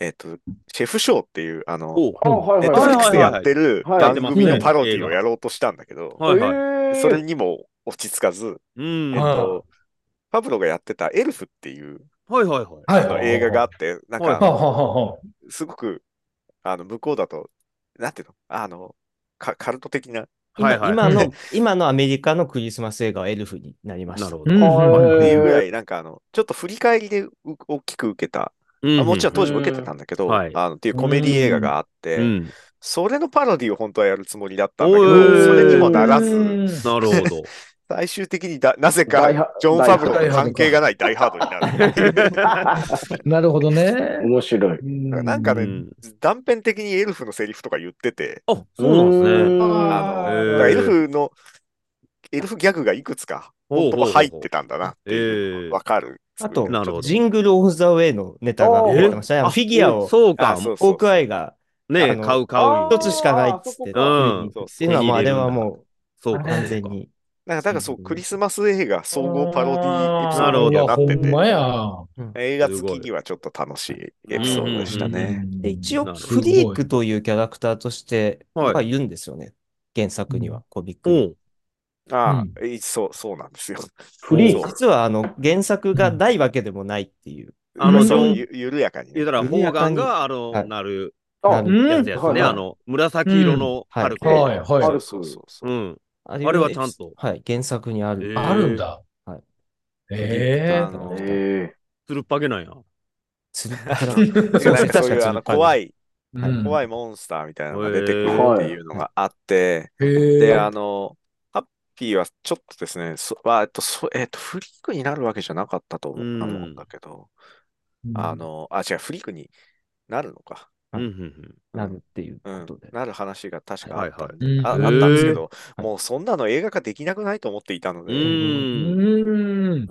えっと、シェフショーっていう、あの、おうあ、はいネッはいトフリッはクスでやってるはい番組のパロディをやろうとしたんだけど、はいはい。い。それにも落ち着かず、うん。えっはいと、ファブローがやってたエルフっていうはいはい。あの映画があって、なんはいはあか、はあはあすごく、あの、向こうだと、なんていうのあの、カカルト的な、今はいはい今 [laughs] の、今のアメリカのクリスマス映画はエルフになりました。なるほうど。んってへいーうぐらい、なんかあの、ちょっと振り返りでう大きく受けた、あもちろん当時も受けてたんだけうど、んはいあの、っていうコメディ映画があっうて、ん。それのパロディを本当はやるつもりだったんだおけーど、それにもならず、うなるほ [laughs] ど。最終的にだなぜダイハか、ジョン・ファブローダイとハード関係がないダイハードになるって [laughs] いう。んなるほどね。面白い。なんかうねん断片的にエルフのセリフとか言ってて、あ、そうなんですね。ああのーだからエルフの、エルフギャグがいくつか、ほうほ本当うほうは入ってたんだなっていうのええがわかる。あとなるほどジングルオフ・ザ・ウェイのネタが出てましたね。あのフィギュアを、そうあか。そうそうオークアイがねあえ、の買う買う。一つしかないっつってあーそこかうんっていうのはもうあれはもそううか。完全に。なんか、だからそう、クリスマス映画総合パロディエピソーなるドほにどはなっていやほてん、まや。映画好きにはちょっと楽しいエピソードでしたね。うんで、一な応、るほどフリークというキャラクターとして、はいまあいるんですよね。原作には、コビックおに。うああ、えそう、そうなんですよ。フリーそう実は、あの、原作がないわけでもないっていう。あのそうジョンゆ緩やかにね、言うたら、緩方やか眼にが、あの、はいなるなあ、るやつやつうんね。あの、紫色のパルコ。うんはいはい。あそうるそうそうそうう。ん。ああれはちゃんとはい、原作にあへる。ーあるんだ。はいえあのえつるっぱげなんや。つるっぱげだえだからなんかそういうあの怖い、うん怖いモンスターみたいなのが出てくるっていうのがあって、へで、えあの、ハッピーはちょっとですね、そはえっとそえっと、フリークになるわけじゃなかったと思うんうんだけど、あ、の、あ、違う、フリークになるのか。うはんういんなるっていううこんとで。なる話が確かあった,、はいはいああっうんたんですけど、うんもうそんなの映画化できなくないと思っていたのうで、ん。うう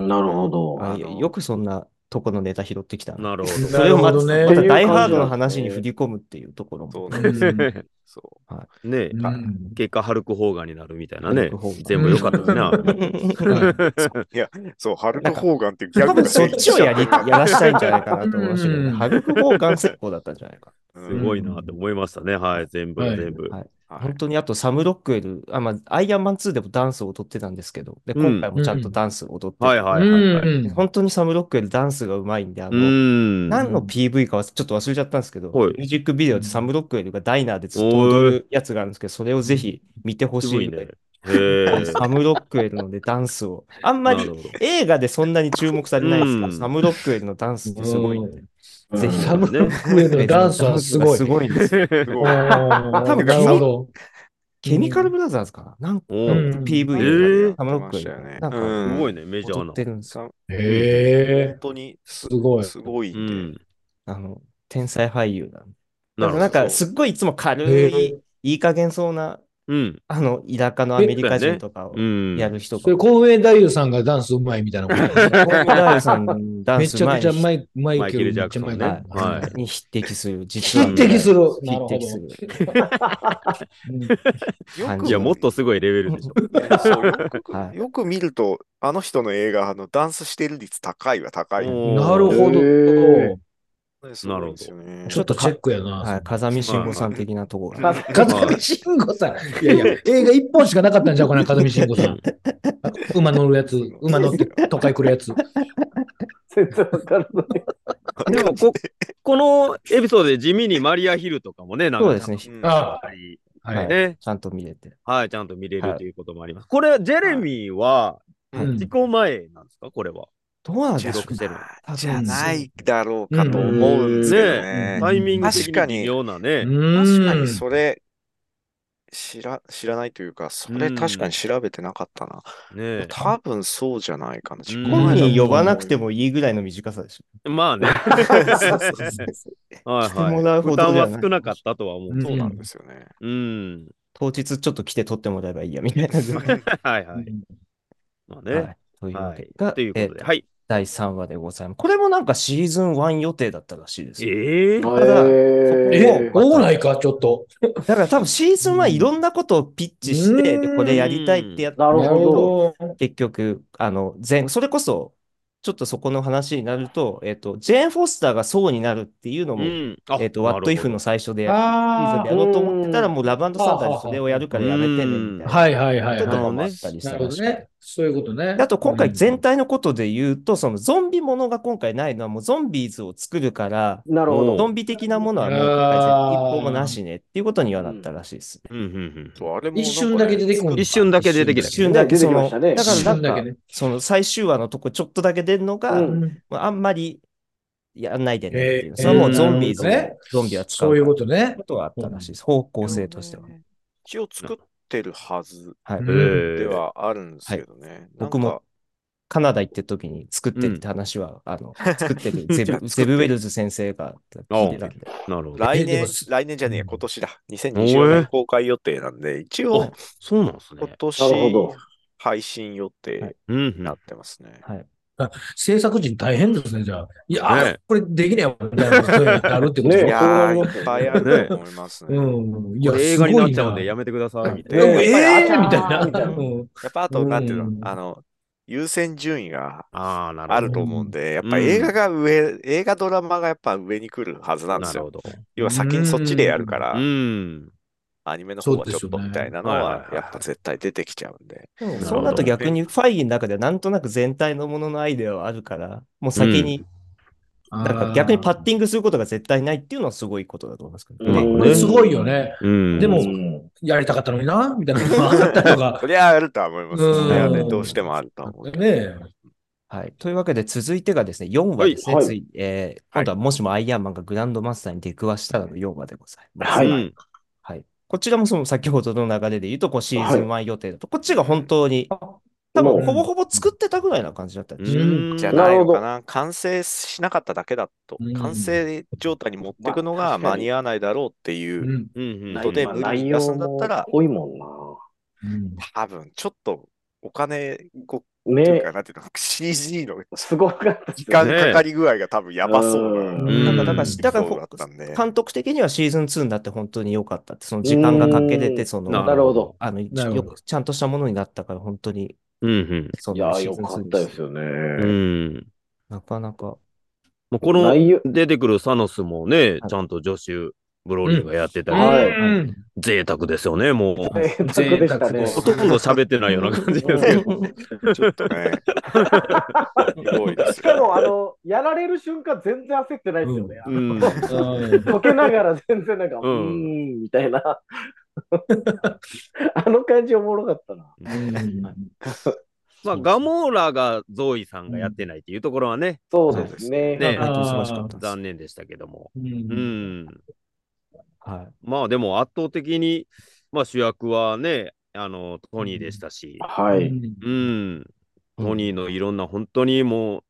ん。なるほど。ああのよくそんなとこのネタ拾ってきたん。な。なるそれをなまるほどねまたダイハードの話に振り込むっていうところそも。うなんうですよ。んほそど。ねえう。ん結果、ハルク・ホーガンになるみたいなね。全全部良かったしな。 [laughs] う。いや、そう、ハルなんク・かホーガンっていうギャ多グ分がそ成っち立しをちゃやっりたやらしたいんじゃないかなと思うし、うんハルク・ホーガン成功だったんじゃないか。うんすごいなって思いましたね。はい。全部、はい全部。はいはい本当にあとサム・ロックウェル、あまあ、アイアンマン2でもダンスを踊ってたんですけど、でうん今回もちゃんとダンス踊ってて、はいはいはいはい。うん本当にサム・ロックウェルダンスがうまいんで、あうの、ん。何の PV かはちょっと忘れちゃったんですけど、はいミュージックビデオでサム・ロックウェルがダイナーでずっと踊るやつがあるんですけど、それをぜひ見てほすしごいいのねで、。へえ。サム・ロックウェルのでダンスを、あんまなるりほど映画でそんなに注目されないですけど、うんサム・ロックウェルのダンスってすごいので、うんぜひ、サム・ねロックウェルのダンスはすごい。ダンスがすごいんですよ。すお [laughs] ごいー多分なるほど。ケミカル・ブラザーズかななんかおうーんの PV えでーサム・ロックウェルがなんかうんすごいね、メジャー踊なっ。てるんですよ。さへ本当にすすごいすごいうんで、ん。あの、天才俳優なんで。なるほだからどなん。かすっごいいつも軽へい、いい加減そうな、うん。あの、田舎のアメリカ人とかをうん。やる人え。それ、が。コウエイ太夫さんがダンスうまいみたいなことコービーダイアンさんダンめスちゃくちゃマ前イマイケル、めマっイケちゃルマイジャクソンケル。ねはいはいに匹敵する、実は。匹敵する。なる匹ほ敵する。ど。よ感くいや、もっとすごいレベルでしょ。そうよくはいよく見ると、あの人の映画、あのダンスしてる率高いは高い。おーなるほへーど。すごいんですよね。ちょっとチェックやな。はい、風見慎吾さん的なところまあが。ま [laughs] 風見慎吾さん。いやいや、映画一本しかなかったんじゃうかな、風見慎吾さん。 [laughs] 馬乗るやつ、馬乗って [laughs] 都会来るやつ。全然わからない。でもこ、このエピソードで地味にマリア・ヒルとかもね、なんかそうですね。うんあやっぱりあ、はい。ね、ちゃんと見れて。はい、ちゃんと見れはるいということもあります。これ、ジェレミーは、うん自己前なんですか、これは。どうなんじでゃしょう16ゼロあじゃないだろうかと思うんですけどねね。タイミング的確かにに微妙なね。確確かにそれ知ら、知らないというか、それ確かに調べてなかったな。ね多分そうじゃないかな。うん本に人呼ばなくてもいいぐらいの短さでしまあね。はいしてもはらい。うほ負どで担はないは少なかったとは思う。そうなんですよね。うん。 [laughs] ょ。当日ちょっと来て撮ってもらえばいいや、みたいな。はいはい。まあはね。いというわはけい。が、というこえとーで。とはい。第3話でございます。これもなんかシーズン1予定だったらしいですよ。ええだからええ、多ないか、ちょっと。だから多分シーズン1いろんなことをピッチして、うんでこれやりたいってやったなるけど、ほ結局、あの、前、それこそ、ちょっとそこの話になると、えっ、と、ジェーン・フォスターがそうになるっていうのうも、ん。あえっ、と、ワット・イフの。最初でやっあシーズンであやろうと思ってたら、うんもうラブサンダーにそれをやるからやめてね、みたいな。はいはいはいちょっとはもあったりい。しなてるほまどした。ね。そういうことね。であと今回全体。体のことで言うと、そのゾンビものが今回ないのはもうゾンビーズを作るから、ど。なるほど。ゾンビ的なものはもう今回一歩もなしねっていうことにはなったらしいです。うんうんそうあれも一瞬だけ出てくるのか。一瞬だけ出てき一た。瞬だけ、出てそきまの、したねだから一瞬だなけんねか、その最終話のとこちょっとだけ出るのが、うんまああんまりやんないでねっていう。えーそれはもうゾンビーズなるほどねを、ゾンビは使うそういうからこってとねこ。とはあったらしいです。方向性としては。。一応作ってるはずはい。うんええではあるんですけどね。なんか僕も。カナダ行ってる時に作ってるって話は、あの、作ってるゼじゃあブ作ってゼブウるェルズ先生が聞いてたんで。なるほど。来えで年も、す来年じゃねえや、うん今年だ。お2024え年公開予定なんで、一応あ、そうなんですね。今なるほ年ど配信予定はいうんうにんなっ。てますね。はい。制作陣大変ですね、じゃあ。いや、あねこれできねえわ、みたいな、そういうのあるってこといでねすか。やー、いっぱいあると思いますね。うん。いこや、れ映す画ごにいなっちゃうんでやなめてくださいみたいやな。めてええー、みたいみたいな。なうんやっぱあと、うんなんていうの、あの、優先順位がああ、なるあほるど。と思うんで、やっぱうん映画が上、映画ドラマがやっぱ上に来るはずなんでなするよほ。ど。要は先にそっちでやるからう、ん。アニメの方はちょっそうとですよねみたいなのはいはいははい、やっぱ絶対出てきちゃうんで。でもほどそうなると逆にファイリーの中ではなんとなく全体のもののアイデアはあるから、もう先に、なんか逆にパッティングすることが絶対ないっていうのはすごいことだと思いますけどうまあね。これすごいよね。うん。でもうんやりたかったのにな、みたいなのがあったりと [laughs] かそ。りゃあるとは思います。うんそれはね、どうしてもあるとは思うけど。ねえ。はい。というわけで続いてがですね、4話ですね。はいついえーは今い度はもしもアイアンマンがグランドマスターに出くわしたらの4話でございます。はういん。はい。こちらもその先ほどの流れで言うと、こうシーズン1予定だと、こっちが本当に、多分もうほぼほぼ作ってたぐらいな感じだったりしますうん。じゃあないのかな完成しなかっただけだとうん、完成状態に持っていくのまあが確か間にに合わないだろうっていうう、ん。うんうんことで無理に出すんだったら内容も濃いもうん多分ちょっとお金ごんとな。いねうか、なんていうの、CG のすごかったです時間かかり具合が多分やばそううな。んなんかだからだから、だったんで。監督的にはシーズン2になって本当に良かったって、その時間がかけれうて、んその、ななるほど。あの、なるほどよくちゃんとしたものになったから、本当に、うんそいやのー、シーよズンか2っにたですよね。うん。うん。なかなか、もうこの内容、出てくるサノスもね、はいちゃんと助手、ブロリーがやってたり、はいうん贅沢ですよね、もう。贅沢でしたね。ほとんど喋ってないような感じですけど。 [laughs] ちょっとね。すごいですしかも、よ。あの、やられる瞬間、全然焦ってないですよね。うん。うん溶けながら全然なんか、ううーんん、みたいな。 [laughs] あの感じおもろかったな。まあ、ガモーラがゾーイさんがやってないっていうところはね、そうですね。ねはいと素晴らしかったです。残念でしたけども。ううんん。はい。まあでも圧倒的に、まあ主役はね、あの、トニーでしたし、はい。うん。トニーのいろんな本当にもう、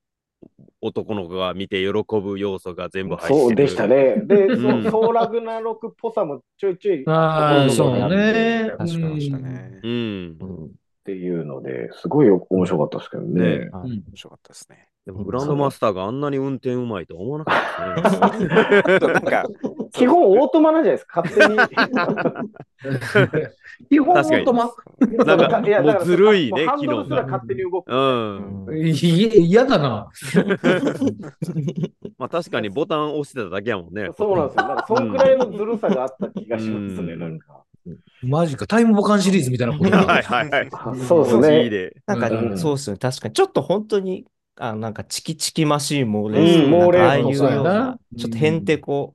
男の子が見て喜ぶ要素が全部入ってる。そうでしたね。で、そううんソーラグナロクっぽさもちょいちょいああ、そうね。確かにましたうんねう。んう。んっていうので、すごい面白かったですけどね。はういん面白かったですね。でもグランドマスターがあんなに運転うまいとは思わなかったですね。なんか、基本オートマなんじゃないです [laughs] か、勝手に。基本オ確かーにトマなんかいやだもうずるいねもうハンドル機すら能が勝手に動く。うん。嫌だな。まあ確かにボタン押してただけやもんね。そうなんですよ。なんか、そんくらいのずるさがあった気がしますね、うんなんか。マジか。タイムボカンシリーズみたいなことだ。はいはいはい。そうですね。 G で。なんか、うんそうですね。確かに、ちょっと本当に、あなんか、チキチキマシーン、猛烈うんなんかああい猛う烈よそううやなな、ちょっとへんてこ、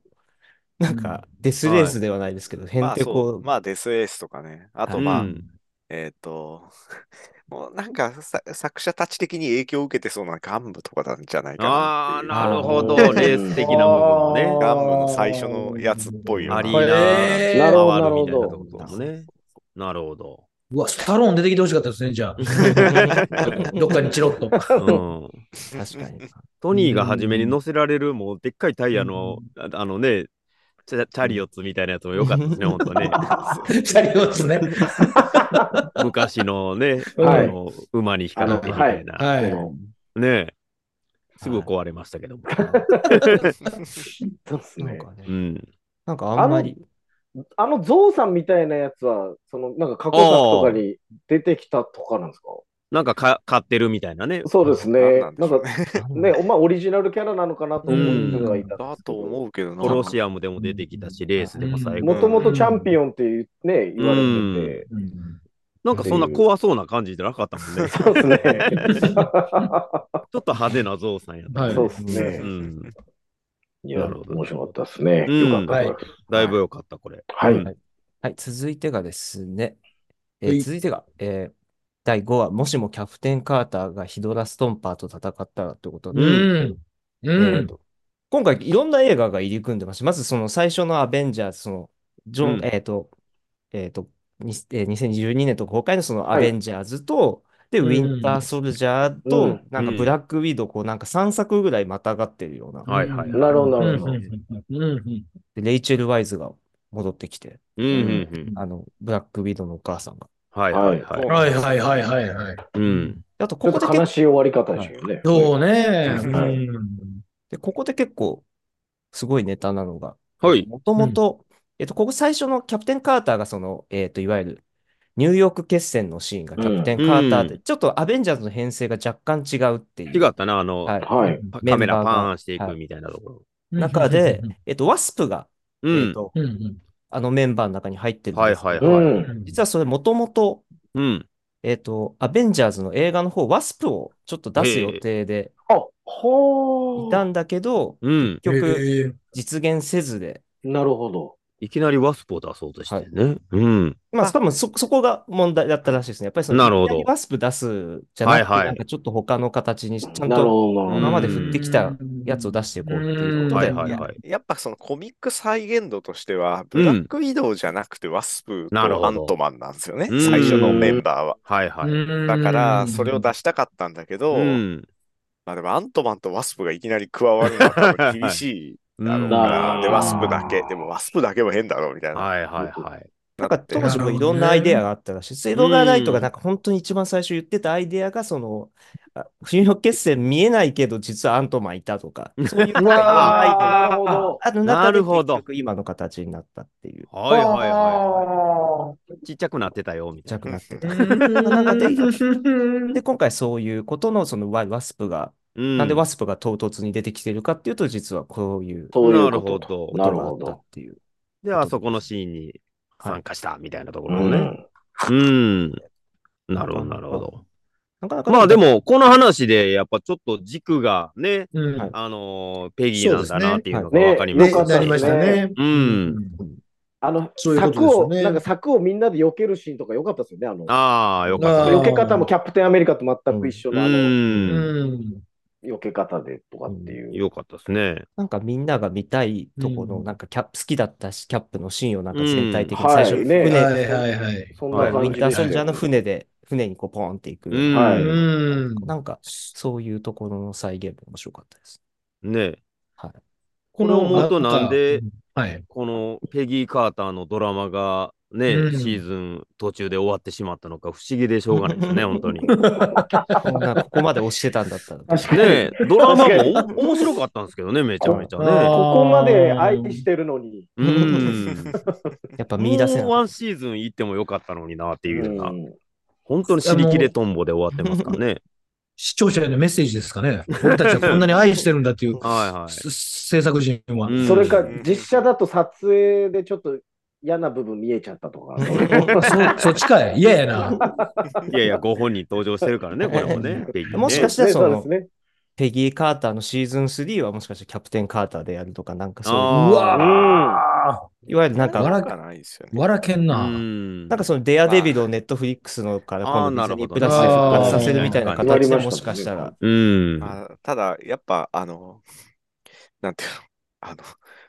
なんか、デスレースではないですけど、へまんあてそうこ、まあデスエースとかね。あとうまあ、ん。えっ、と、 [laughs] もうなんかさ作者たち的に影響を受けてそうな幹部とかなんじゃないかなああ、っていう。なるほど。うんレース的な部分もね。ガンムの最初のやつっぽいようなアリーこナれなるほど回るみたいなところもなね。なるほど。うわ、スタローン出てきてほしかったですね、じゃあ。どっかにチロッと。 [laughs] うん、確かに。トニーが初めに乗せられる、もうでっかいタイヤの、ああのね、チャチャリオッツみたいなやつも良かったですね、ほんとね。チャリオですね。昔のね、はいあの馬に光ってみたいな。はい。ねえすぐ壊れましたけども。そうですなんねかねうん。なんかあんまり、あのゾウさんみたいなやつは、そのなんか過去作とかに出てきたとかなんですかなんかか買ってるみたいなね。そうですね。なんなんかか、ね、まあオリジナルキャラなのかなと思う人がいたんで [laughs] だすけとど。思うけどな。コロシアムでも出てきたし、レースでも最う後。もともとチャンピオンっていうね、言われてて。なんかそんな怖そうな感じじゃなかったもんね。そう [laughs] ですね。ちょっと派手なゾウさんやった。はいそうですうね。ん。 [laughs] いや、なるほど面白かったですね。うんよかったです。だいぶ良かった、これ。はい。うんはい、続いてがですね、えーはい続いてが、えー第5話、もしもキャプテン・カーターがヒドラ・ストンパーと戦ったらということで、うん。うえーん。と今回いろんな映画が入り組んでます。まずその最初のアベンジャーズ、そのジョン、うんえっと、えっと、にえー2012年と公開のそのはアいベンジャーズと、で、ウィンター・ソルジャーうとん、なんかブラック・ウィドウ、こうなんか3作ぐらいまたがってるような。はいはい。なるほど、なうるほど。ん。うん。でレイチェル・ワイズが戻ってきて、うんうんうん。あの、ブラック・ウィドウのお母さんが。はいはいはい。はいはいはいはいはい。うん。あと、ちょこっことで悲結しい終わり方でしょうね。そうね。はいうんでここで結構、すごいネタなのが、はい。もともと、えっと、ここ最初のキャプテン・カーターが、その、えっと、いわゆる、ニューヨーク決戦のシーンがキャプテン・カーターで、うちょっとアベンジャーズの編成が若干違うっていう。違ったな、あの、はい。はい。カメラパーンしていはくいみたいなとこ中で、えっと、ワスプが、ろ。えっと、うんうんあのメンバーの中に入ってるんはでいすけどはいはうい。ん。うん。実はそれもともと、うん。えっ、と、アベンジャーズの映画の方、ワスプをちょっと出す予定であ、ほいーたんだけど、うん。結局ええ実現せずで、なるほど。いきなりワスプを出そうとしてね。うん。まあ、多分そ、そこが問題だったらしいですね。やっぱりその、なるほどいきなりワスプ出すじゃなくはいて、はいなんかちょっと他の形にちゃんなるとほど、なる今ほまで振ってきたやつを出していこうっていうことはで、いはいはい。やっぱそのコミック再現度としては、ブラックウィドウじゃなくてワスプとなるほどアントマンなんですよね、うん最初のメンバーは。はいはい。うんだから、それを出したかったんだけど、うん。まあでもアントマンとワスプがいきなり加わるのは多分厳しいだろうかうら、んで、ワスプだけ、でもワスプだけも変だろうみたいな。はいはいはい。なんか当時もいろんなアイデアがあったらしい。セドガーライトがなんか本当に一番最初言ってたアイデアが、その、あ冬の決戦見えないけど実はアントマンいたとか、そういうなんかいろんど。なアイデアなるほど。あのな中でるほ結ど局今の形になったっていう、はいはいは。はいちっちゃくなってたよ、みたい弱なってた。中で、で、今回そういうことの、そのワワスプが、な。なんでワススプが唐突に出てきてるかっていうと、実はこういうこそういなうるこほと。どと。なるがあほっどたっていう。で、あそこのシーンに参加したみたいなとこうろね。んうん。なるほど、なるほど。なかなかまあで、も、この話で、やっぱちょっと軸がね、うんはいあのーペギーなんだなっていうのがそうですねわかりましたね。なりましたね。うん。あの、そういうこと柵ですよを、ねなんか柵をみんなで避けるシーンとか良かったですよね。あの、ああ、よかあっー避け方もキャプテンアメリカと全く一緒た。うの、あの、ん。うん。避け方でとかっていう。よかったですね。なんかみんなが見たいとこうの、んなんかキャップ、好きだったし、キャップのシーンをなんかうん全体的には最い初、ね船で、はいはいはい。そんはないウ感ィじンでターしたソよルジャーの船で、船にこうポーンっていく。うん。はういん。なんか、そういうところの再現も面白かったです。ねはい。これを思うとなんで、はい。このペギー・カーターのドラマがね、うんシーズン途中で終わってしまったのか不思議でしょうがないですね、本当に。こんな、ここまで押してたんだったら。確かに。ねドラマ確もかにお面白かったんですけどね、めちゃめちゃね。あここまで相手してるのに。うん。やっぱ見出せなもうかったワンシーズン行ってもよかったのになっていうような、うん本当に尻切れトンボで終わってますからね。視聴者へのメッセージですかね。俺たちはこんなに愛してるんだっていう、 [laughs] はいはい。す制作陣は。うんそれか、実写だと撮影でちょっと嫌な部分見えちゃったと [laughs] か。そ [laughs] そっちかい嫌やな。いやいや、ご本人登場してるからね、これもね。ペギーねもしかしたらそのねうですね。ペギー・カーターのシーズン3はもしかしてキャプテン・カーターでやるとか、なんかそうあいーううわん。う、いわゆるなんわか、らかないですよね。わらけんうな。んなんかそのデアデビルをネットフリックスのから、あーこのディズニープなラるほスどで復活させるみたいなあー形ではいもしかしたら。うん。まあ、ただ、やっぱ、あの、なんていうの、あの、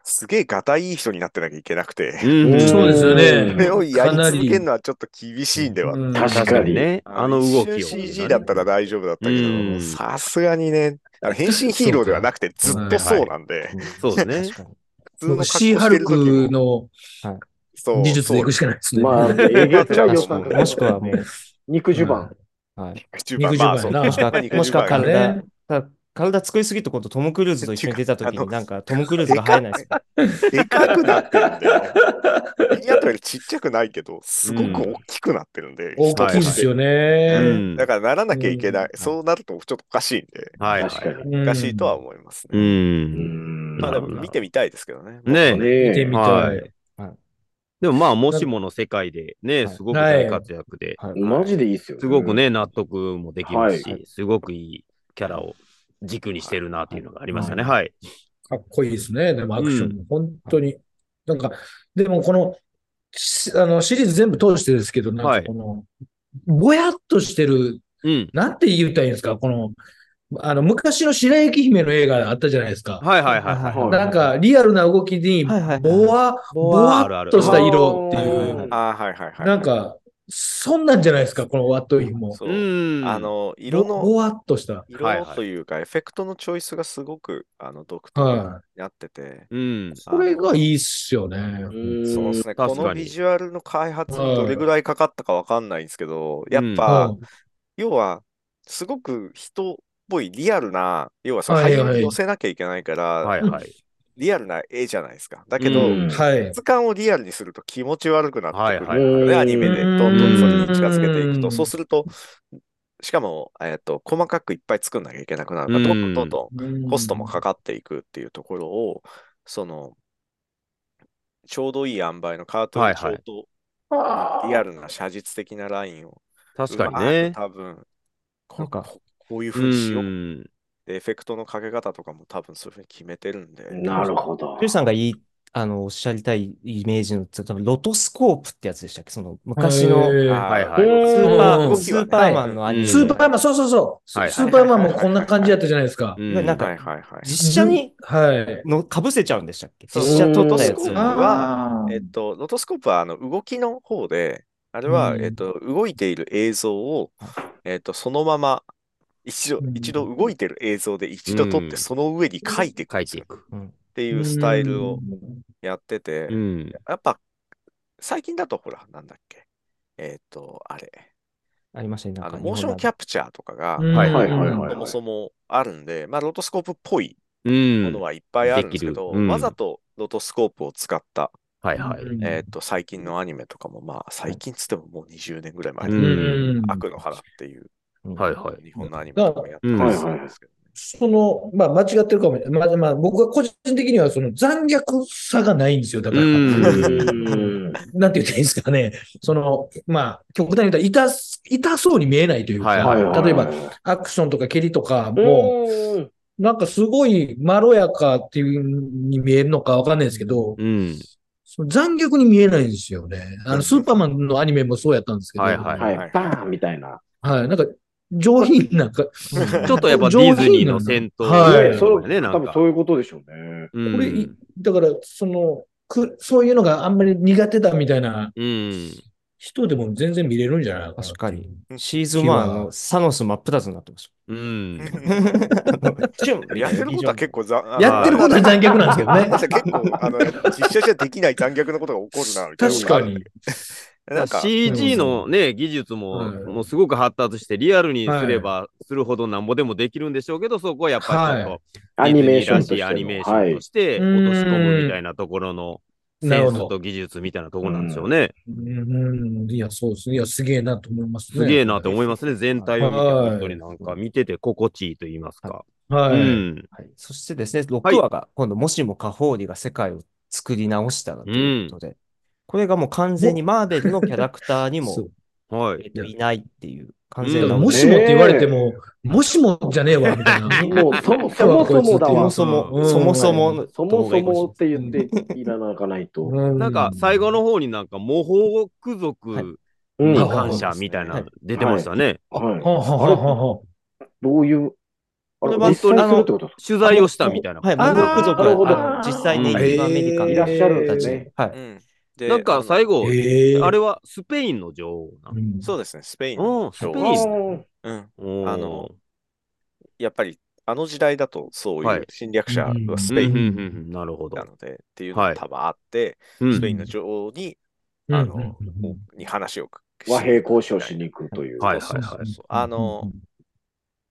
すげえがたいいい人になってなきゃいけなくて、うんそうですよそれね。をやりかなり続けるのはちょっと厳しいんでは。うん確かにね、あの動き一を。瞬 CG だったら大丈夫だったけうんど、さすがにね、あの変身ヒーローではなくてそずうかっとそうなんで、そうですね確。かに。普通の格好しシーハルてる時クものそう技術でいくしかないですね。まあ、えげつない予算うんもしくはもう、肉襦袢。はい。そうまあ肉まあ襦袢そうなもしくは、 [laughs] 肉襦袢もしくはね体、た体作りすぎてことトム・クルーズと一緒に出たときっていうに、かあなのんかトム・クルーズが入らないですか。でかくなってるん [laughs] で、ミニアトラよりちっちゃくないけど、すごく大きくなってるんで、大きいですようね。んだからならなきゃいけない、うんそうなるとちょっとおかしいんで、はいは確かい。に。おかしいとは思いますうね。ん。まあなるでほもど見てみたいですけどね。ね見てみたい。でもまあ、もしもの世界でね、はいすごく大活躍で、はいマジでいいっすよ。すごくね、納得もできますはし、すごくいいキャラを軸にしてるなっていうのがありましたね。はい。かっこいいですね。でもアクションも本当に。なんか、でもこの、しあのシリーズ全部通してですけど、なんはかいこの、ぼやっとしてる、うん。なんて言ったらいいんですか、この、あの、昔の白雪姫の映画あったじゃないですか。はいはいはいはい。はいなんか、リアルな動きに、はいはいはいぼわ、ぼぼわわっとした色ってあいるあう、るああ、はいはいはい。なんか、そんなんじゃないですか、このワットイフも。そうう。ん。あ、の、色ぼぼの、わっとした。色はいのはいというか、エフェクトのチョイスがすごく、あの、独特はになってて。うん。い。これがいいっすよね。そうですね。こ確かにのビジュアルの開発はいどれぐらいかかったかわかんないんですけど、やっうぱん、要は、すごく人っぽいリアルな、要はそのはい俳はい優に寄せなきゃいけないから、はいはい。リアルな絵じゃないですか。だけうど、んはい。質感をリアルにすると気持ち悪くなってくるはいはかいらね、アニメでどんどんそれに近づけていくうんと、そうすると、しかも、えっと、細かくいっぱい作んなきゃいけなくなるから、どんどんどんどんコストもかかっていくっていうところを、その、ちょうどいい塩梅のカートリッジはいはいとあリアルな写実的なラインを、確かにうねま。く多分、こなんかここういうう風にしようって、ん。エフェクトのかけ方とかも多分そういう風に決めてるんで。なるほどヒュ。ーさんがいい、あの、おっしゃりたいイメージの、多分ロトスコープってやつでしたっけその昔のスへーはいはいはいーパうんー、うんスーパーマンのアニメ。うんスーパーマン、そうそうそう。スはいはいスーパーマンもこんな感じやったじゃないですかう。いやなんかはいはいはい。実写にはい。のかぶせちゃうんでしたっけそう実写撮ったやロトつスコー。プあはえっと、ロトスコープはあの動きの方で、あれは、うんえっと、動いている映像を、えっと、そのまま、一度う、ん一度動いてる映像で一度撮っうんて、その上に書いていくん書いですていよく。うんっていうスタイルをうんやっててう、ん。やっぱ、最近だとほら、なんだっけ。えっと、あれ、ありましたね。なあんかの、モーションキャプ。プチャーとかが、はいはいはいはいそもそもあるんで、まあ、ロトスコープっぽいうん。ものはいっぱいあるんですけでど、きるうんわざとロトスコープを使った、はいはい。えっと、最近のアニメとかも、まあ、最近っつってももう20年ぐらい前うに、ん悪の腹っていううんはいはい。日本のアニメとかもやってうんたりするんですけど、その、まあ、間違ってるかもしれない。まあ、まあ、僕は個人的には、その残虐さがないんですよ。だから、うんなんて言っていいんですかね。その、まあ、極端に言ったら痛す、痛そうに見えないというか、はいはい例えば、アクションとか蹴りとかも、なんかすごいまろやかっていうに見えるのかわかんないですけど、うん。その残虐に見えないんですよね。あの、スーパーマンのアニメもそうやったんですけど、はいはいははいい、バーンみたいな。はいなんか、上品なんか、ちょっとやっぱディズニーの戦闘はいねそだれね、なん多分か。そういうことでしょうね。うんこれいだから、その、くそういうのがあんまり苦手だみたいなうん。人でも全然見れるんじゃないのかな確かに。うんシーズン1あの、サノス真っ二つになってましうん。 [laughs] た。やってることは結構ざ、あのやってることは残虐なんですけどね。なんか結構、あの、実写じゃできない残虐なことが起こるな、 [laughs] みたいな。確かに。。なんか、 CG のね、技術はも、いもうすごく発達して、リアルにすればするほどなんぼでもできるんでしょうけど、そこはやっぱりちょっと、アニメーションとディズしてニーらしいアニの。メーションとしてはい落とし込むみたいなところのなセるンほスどと。技術みたいなところなんでしょうね。うん、いや、そうですね。いや、すげえなと思いますね。すげえなって思いますね、全体を見て、はい本当になんか見てて心地いいと言いますか。はうい。ん。はい、そしてですね、6話が、今度、もしもカホーリが世界を作り直したらということで、これがもう完全にマーベルのキャラクターにそもう、はえっい。といないっていう、完う全だからなんもしそもって言われても、もしもじゃねえわ、みたいな。 [laughs] もうそもそもそもだわもそも、うんそもそもの、そもそもって言っていらなかないと。うなんか最後の方になんか模倣族うんには感謝みたいなの出てましたね。いはあはあはあはどういう、あれ、これは実際にするってことです取材をしたみたいな。はい、あーモロッコ族なるほどはあの実際にうん一番目にへーいらっしゃるんでたすち、ね。はうい。ん。でなんか最後あ。、えあれはスペインの女王なう。んそうですね、スペインうんのスペイン女王ですねかうん。おーあの、やっぱり、あの時代だと、そうはいいう侵略者はうスんうペイんンうんうんなるほどな。ので、っていうのはがい多分あって、うんスペインの女王に、うんあうんのうんうんに話をし和平交渉しに行くという。はいそうそうそううんうんうんあの、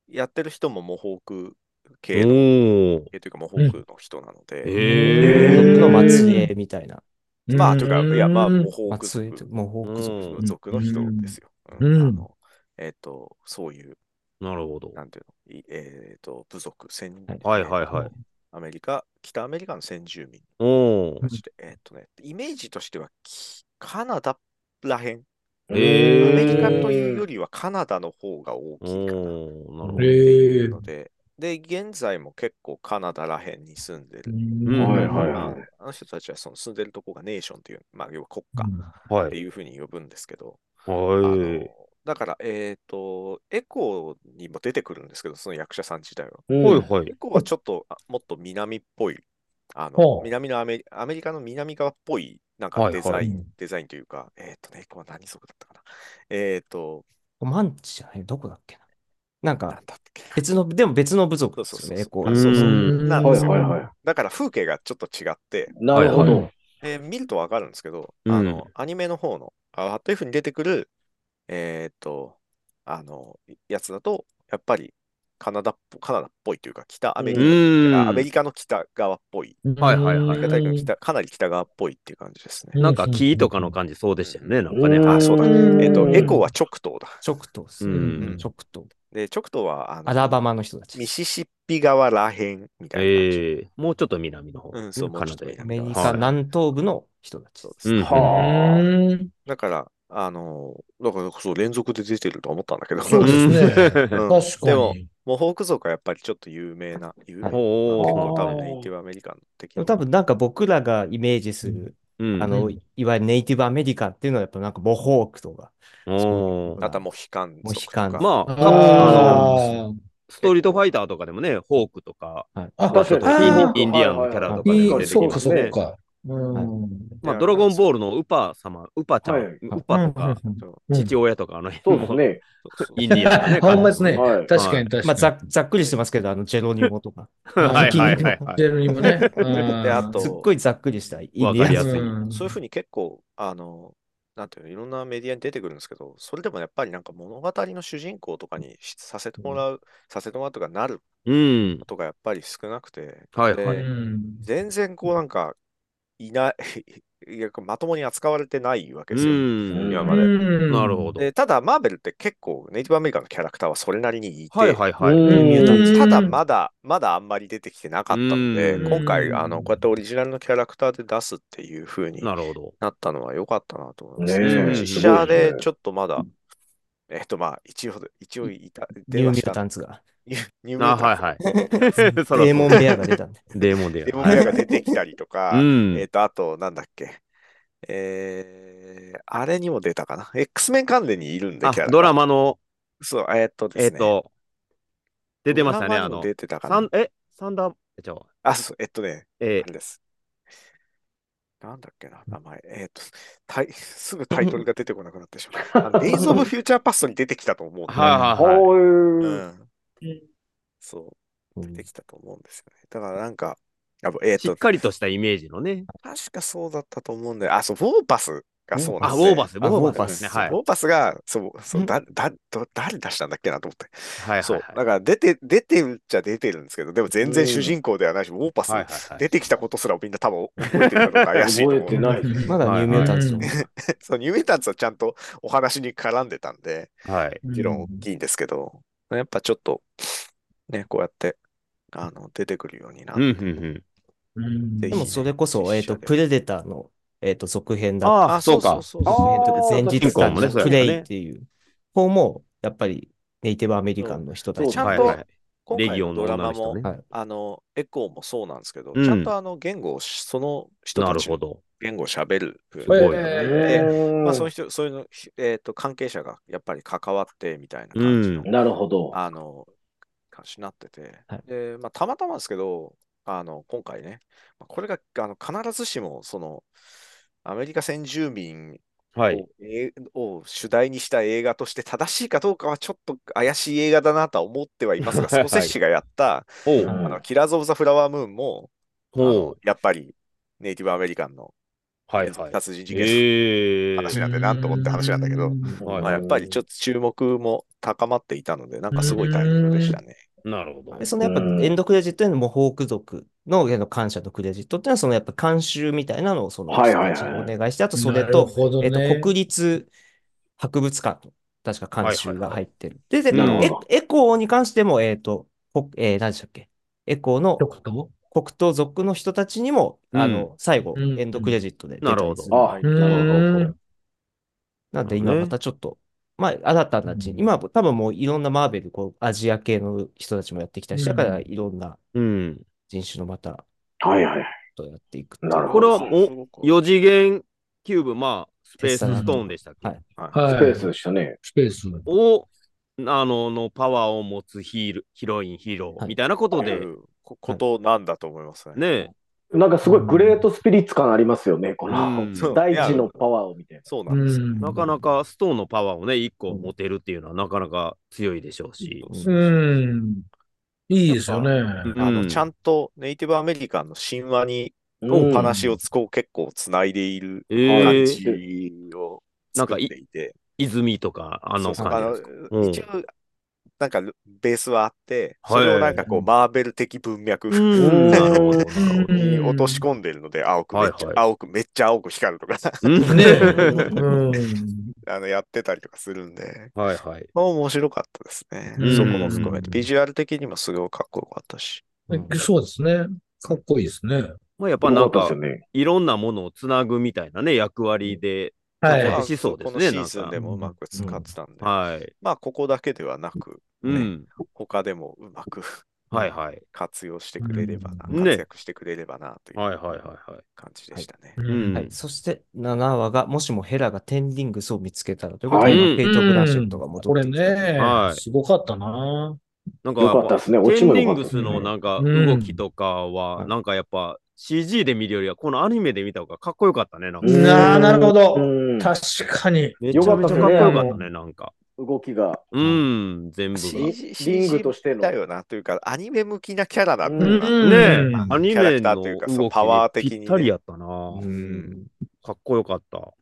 やってる人も模倣お系の、ー系というか模倣の人なので、へーの末裔みたいな。まあ、というか、いや、まあ、模倣末裔と、族、もうホーク族。うん族の人ですよ。うんうんうんあのえっ、と、そういう、なるほど。なんていうの、いえっ、と、部族、先はいはいはいはい。アメリカ、北アメリカの先住民おおた。ちで、えっ、とね、イメージとしては、きカナダらへん、えアーメリカというよりはカナダの方が大おきいーなかな。るほど。えーので、で、現在も結構カナダらへんに住んでる。うんはいはいまはああの人たちはその住んでるとこがネーションっていう、まあ、要は国家はってい。いうふうに呼ぶんですけど、あはのだから、えっ、と、エコーにも出てくるんですけど、その役者さん自体は。い。い。はいはいエ。コーはちょっとあもっと南っぽいあのほう南のアメリアメリカの南側っぽいなんはかいはデいザイン、うんデザインというか、えっ、とね、これは何族だったかな。えっ、と、マンチじゃないどこだっけななんなかん、だったっけな。別の、でも別の部族そうでそうすそよう。ね、エコーあが。そうそううんなはいはいはい。だから風景がちょっと違って、なるほはど。えー見るとわかるんですけど、うんあの、アニメの方の、あハット F に出てくる、えーっと、あの、やつだと、やっぱりカナダっぽ、カナダっぽいというか、北アメリカ、んあアメリカの北側っぽい、はいはいはいアメリカ大陸の北、かなり北側っぽいっていう感じですね。なんか木とかの感じそうでしたよね、なんかね。うんあ、そうだ。うんえーっと、エコーは直東だ。直東ですうねん。直東。で、直東は、あアの、ラバマの人たちミです。シシッピ側らへんみたいな感じ。ええもうちょっと南の方。うんそうもうカちナょっとダア南へメはリカい南東部の人たちそうで。ですすね。うんはだから、あの、だからそう連続で出てると思ったんだけど、そうですね。うん確かでもに。モホーク族はやっぱりちょっと有名な、有名なはいほ結構多分あーネイティブアメリカン的でもな。多分なんか僕らがイメージする、う。うんあの、うんいわゆるネイティブアメリカンっていうのはやっぱなんかモホークとか、おーあとはモヒカン族モとヒか。カンあ、まあ、あーストリートファイターとかでもね、ホークとか、あまあちょっとあインーインディアンのキャラとかでいも出てい、きそうまか、すそうね。か。うん。まあ、ドラゴンボールのウパ様、ウパちゃん、はいウパとか、うんそううん父親とか、あのそう辺のですね。そうそうインディアンの [laughs] ね。ほんまですね。はい。確かに確まあかざに。っざっくりしてますけど、あのジェロニモとか、はいはいはいはい。ジェルニもね。で、あと、すっそごいざっくりしたインデわかりィやアすン。いそういうふうに結構、あの、なんていうの、いろんなメディアに出てくるんですけど、それでもやっぱりなんか物語の主人公とかにしさせてもらう、させてもらうとかなるうんこ。とがやっぱり少なくて、はいではいうん全然こうなんか、いない、 [laughs] いやまともに扱われてないわけうですよ、ん。な今まで。うんるほど。で、ただ、マーベルって結構、ネイティブアメリカンのキャラクターはそれなりにいて、はいはいはい。うんミュータンツただ、うんまだ、まだあんまり出てきてなかったので、うん今回、あの、こうやってオリジナルのキャラクターで出すっていう風になるほど。なったのは良かったなと思います。ねえそう実写でちょっとまだ、えっと、まあ、一応、一応いた、ニュ出ーはミしューた。タンツが。ニュニューミュあ、ータはンいズはい。 [laughs] そらデーモンベアが出たんで。デーモンで。デモンベアが出てきたりとかう、んえっ。と、あと、なんだっけ。えー、あれにも出たかな。X メン関連にいるんで、あキャラ、がドラマの、そう、えーっとでえすっね。と、出てましたドね、ラマあにもの、出てたかサなン。え、サンダー、え、ちょ、あ、そう、えっとね、えあれです。なんだっけな、名前。えーっと、タイ、 [laughs] すぐタイトルが出てこなくなってし [laughs] まう。あのデイズ・オブ・フューチャー・パストに出てきたと思うんー、だはいはいはい。はうい。ん。そう、出てきたと思うんですよね。だからなんか、あえーっしっと、かりとしたイメージのね。確かそうだったと思うんで、あ、そう、ウォーパスがそうなんあ、でウすね。ォーバス、ウあォーバスですね。ウォーバスはいウォ。ーパスが、そう、そう、だ、だ、ど誰出したんだっけなと思って。はいはいそはう。い。だから出て、出てるっちゃ出てるんですけど、でも全然主人公ではないし、ウォーパスはいはいはい出てきたことすらみんな多分覚えてるかどうか怪しいと思う。覚えてない。まだニューミュータンツの方が。そう、ニューミュータンツはちゃんとお話に絡んでたんで、はい。議論大きいんですけど、やっぱちょっと、ね、こうやって、あの、出てくるようになっうん、て、うん、うん。うんででもそれこそ、えっと、プレデターの、えっと、続編だったああ、そうそかう。そうそう続編とかあー前日確かに誕そうですねプレイっていう方も、やっぱりネイティブアメリカンの人たそうちちゃんとはいはい。今レ回ギオのンのドラ女マの人も、ね。はいあの、エコーもそうなんですけど、うんちゃんとあの、言語をし、その人なたるちほのど。言語を喋るすごいよねでえまうあ、んそういう人、そういうの、ひえっ、と、関係者がやっぱり関わってみたいな感じの、うんなるほど。あの、感じになってて、はいで、まあ、たまたまですけど、あの、今回ね、まあこれが、あの、必ずしも、その、アメリカ先住民を,、はい。えーを主題にした映画として正しいかどうかはちょっと怪しい映画だなとは思ってはい [laughs] ますが、スコセッシがやった、おうう。あんの、キラーズ・オブ・ザ・フラワームーンも、あのほやっぱりネイティブアメリカンのう。はいはい。殺人事件のええ話なんでなんと思って話なんだけど、はいまあ、やっぱりちょっと注目も高まっていたので、なんかすごいタイミングでしたね。なるほどで、。そのやっぱうんエンドクレジットへのモホーク族のあの感謝のクレジットっていうのは、そのやっぱ監修みたいなのをその人はいはいはたいちにお願いして、あとそれなると、ほどえっと、ね。国立博物館の、確か監修が入ってる。で、でなるほどエエコーに関しても、えっと、こえー何でしたっけエコーの極東黒糖族の人たちにも、うんあの、最後、うんエンドクレジットで出たなるほりする。ど。あうーんなんなるほで今どねまたちょっと、まあ、新たな地、うん今多分もういろんなマーベル、こう、アジア系の人たちもやってきたし、だからうんいろんなうん。人種のまた、はいはい。とやっていく。なるこほれど。はもう4次元キューブ、まあ、スペースストーンでしたっけ、はいははい。スペースでしたね。スペース。をあののパワーを持つヒールヒロインヒーローみたいなことい。とで、いうことなんだと思いますね。ねなんかすごいグレートスピリッツ感ありますよね、このうんそう大地のパワーを見て。そうなうんですよ。ん。なかなかストーンのパワーをね、一個持てるっていうのはなかなか強いでしょうし。うん。いいですよね。あうんのちゃんとネイティブアメリカンの神話にうんお話をつこう結構つないでいるえー感じを作っていて、泉とか、あのそうそう感じですか。あの一応、なんかベースはあって、はいそれをなんかこう、マーベル的文脈うにんなるほど。うん落とし込んでるので、青くめっちゃはいはい青くめっちゃ青く光るとかうん [laughs] ねうん [laughs] あのやってたりとかするんで、はいはい。まあ面白かったですねうん。そこも含めて、ビジュアル的にもすごいかっこよかったし。うん。そうですね。かっこいいですね。まあやっぱなんよかかった、ですよねいろんなものをつなぐみたいなね、役割で。はい。まあ楽しそうですねこのシーズンでもうなんかまく使ってたんで、はい。まあここだけではなく、うん。他でもうまくはいはい。活用してくれればな、うん活躍してくれればなといはいうはいはいは感じでしたね。い。うはいん。そして7話が、もしもヘラがテンディングスを見つけたらということで、はい今フェイト・ブランシェットが戻これってきた。ね、はいすごかったな。なんかよやかっったぱ、ですね、オテチンもディよかングったですスね。のなんかうん動きとかは、うんなんかやっぱ CG で見るよりは、このアニメで見た方がかっこよかったね。なんかうんあーなるほどうん確かに。めちゃめちゃかっこよかったね、なんか。動きが。うん、全部が。リ CG リングとしてのだよなというか、アニメ向きなキャラだったうよんな。うんねえ、うんアニキャラメクターのというか動そうパワーき的でぴにねったりやったなう。んかっこよかった。よ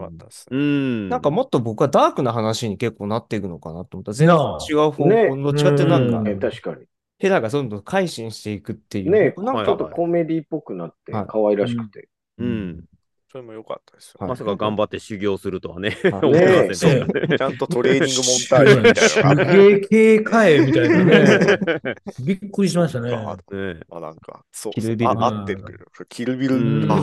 かったですうね。ん。なんかもっと僕はダークな話に結構なっていくのかなと思った。全然違う方ね向、どっちかっていうとなんか、うんね確かに。ヘラがどんどん改心していくっていう。 [laughs] ね僕なんはいちかょっとコメディっぽくなってはい、可愛らしくて。うん。それも良かったですよ。はいまさか頑張って修行するとはね、はい思いませんちゃんとトレーニングモンタージュみたいなのがあっ [laughs] すげえ警戒みたいなね。びっくりしましたね。た。 [laughs] ねあ、なんか、そう、キルビルあ合ってるけど、キルビうル、んあ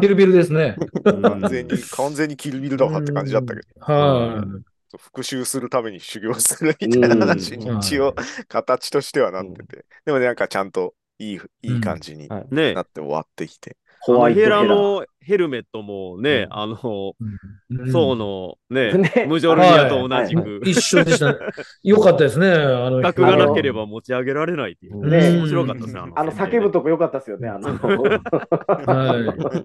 ビルビルですね。完全に、完全にキルビルだわって感じだったけど、はそう復讐するために修行するみたいな話にうん一応、形としてはなってて、でもね、なんかちゃんといい、いい感じにはいねなって終わってきて、ホワイトヘあのラ。ヘラのヘルメットもね、あの、そい。うそのね、ねムジョルニアと同じく、うん。一緒でしたね。よかったですね。あの比較がなければ持ち上げられないっていう。ね面白かったですね。あの叫ぶとこ良かったですよね。あのはい。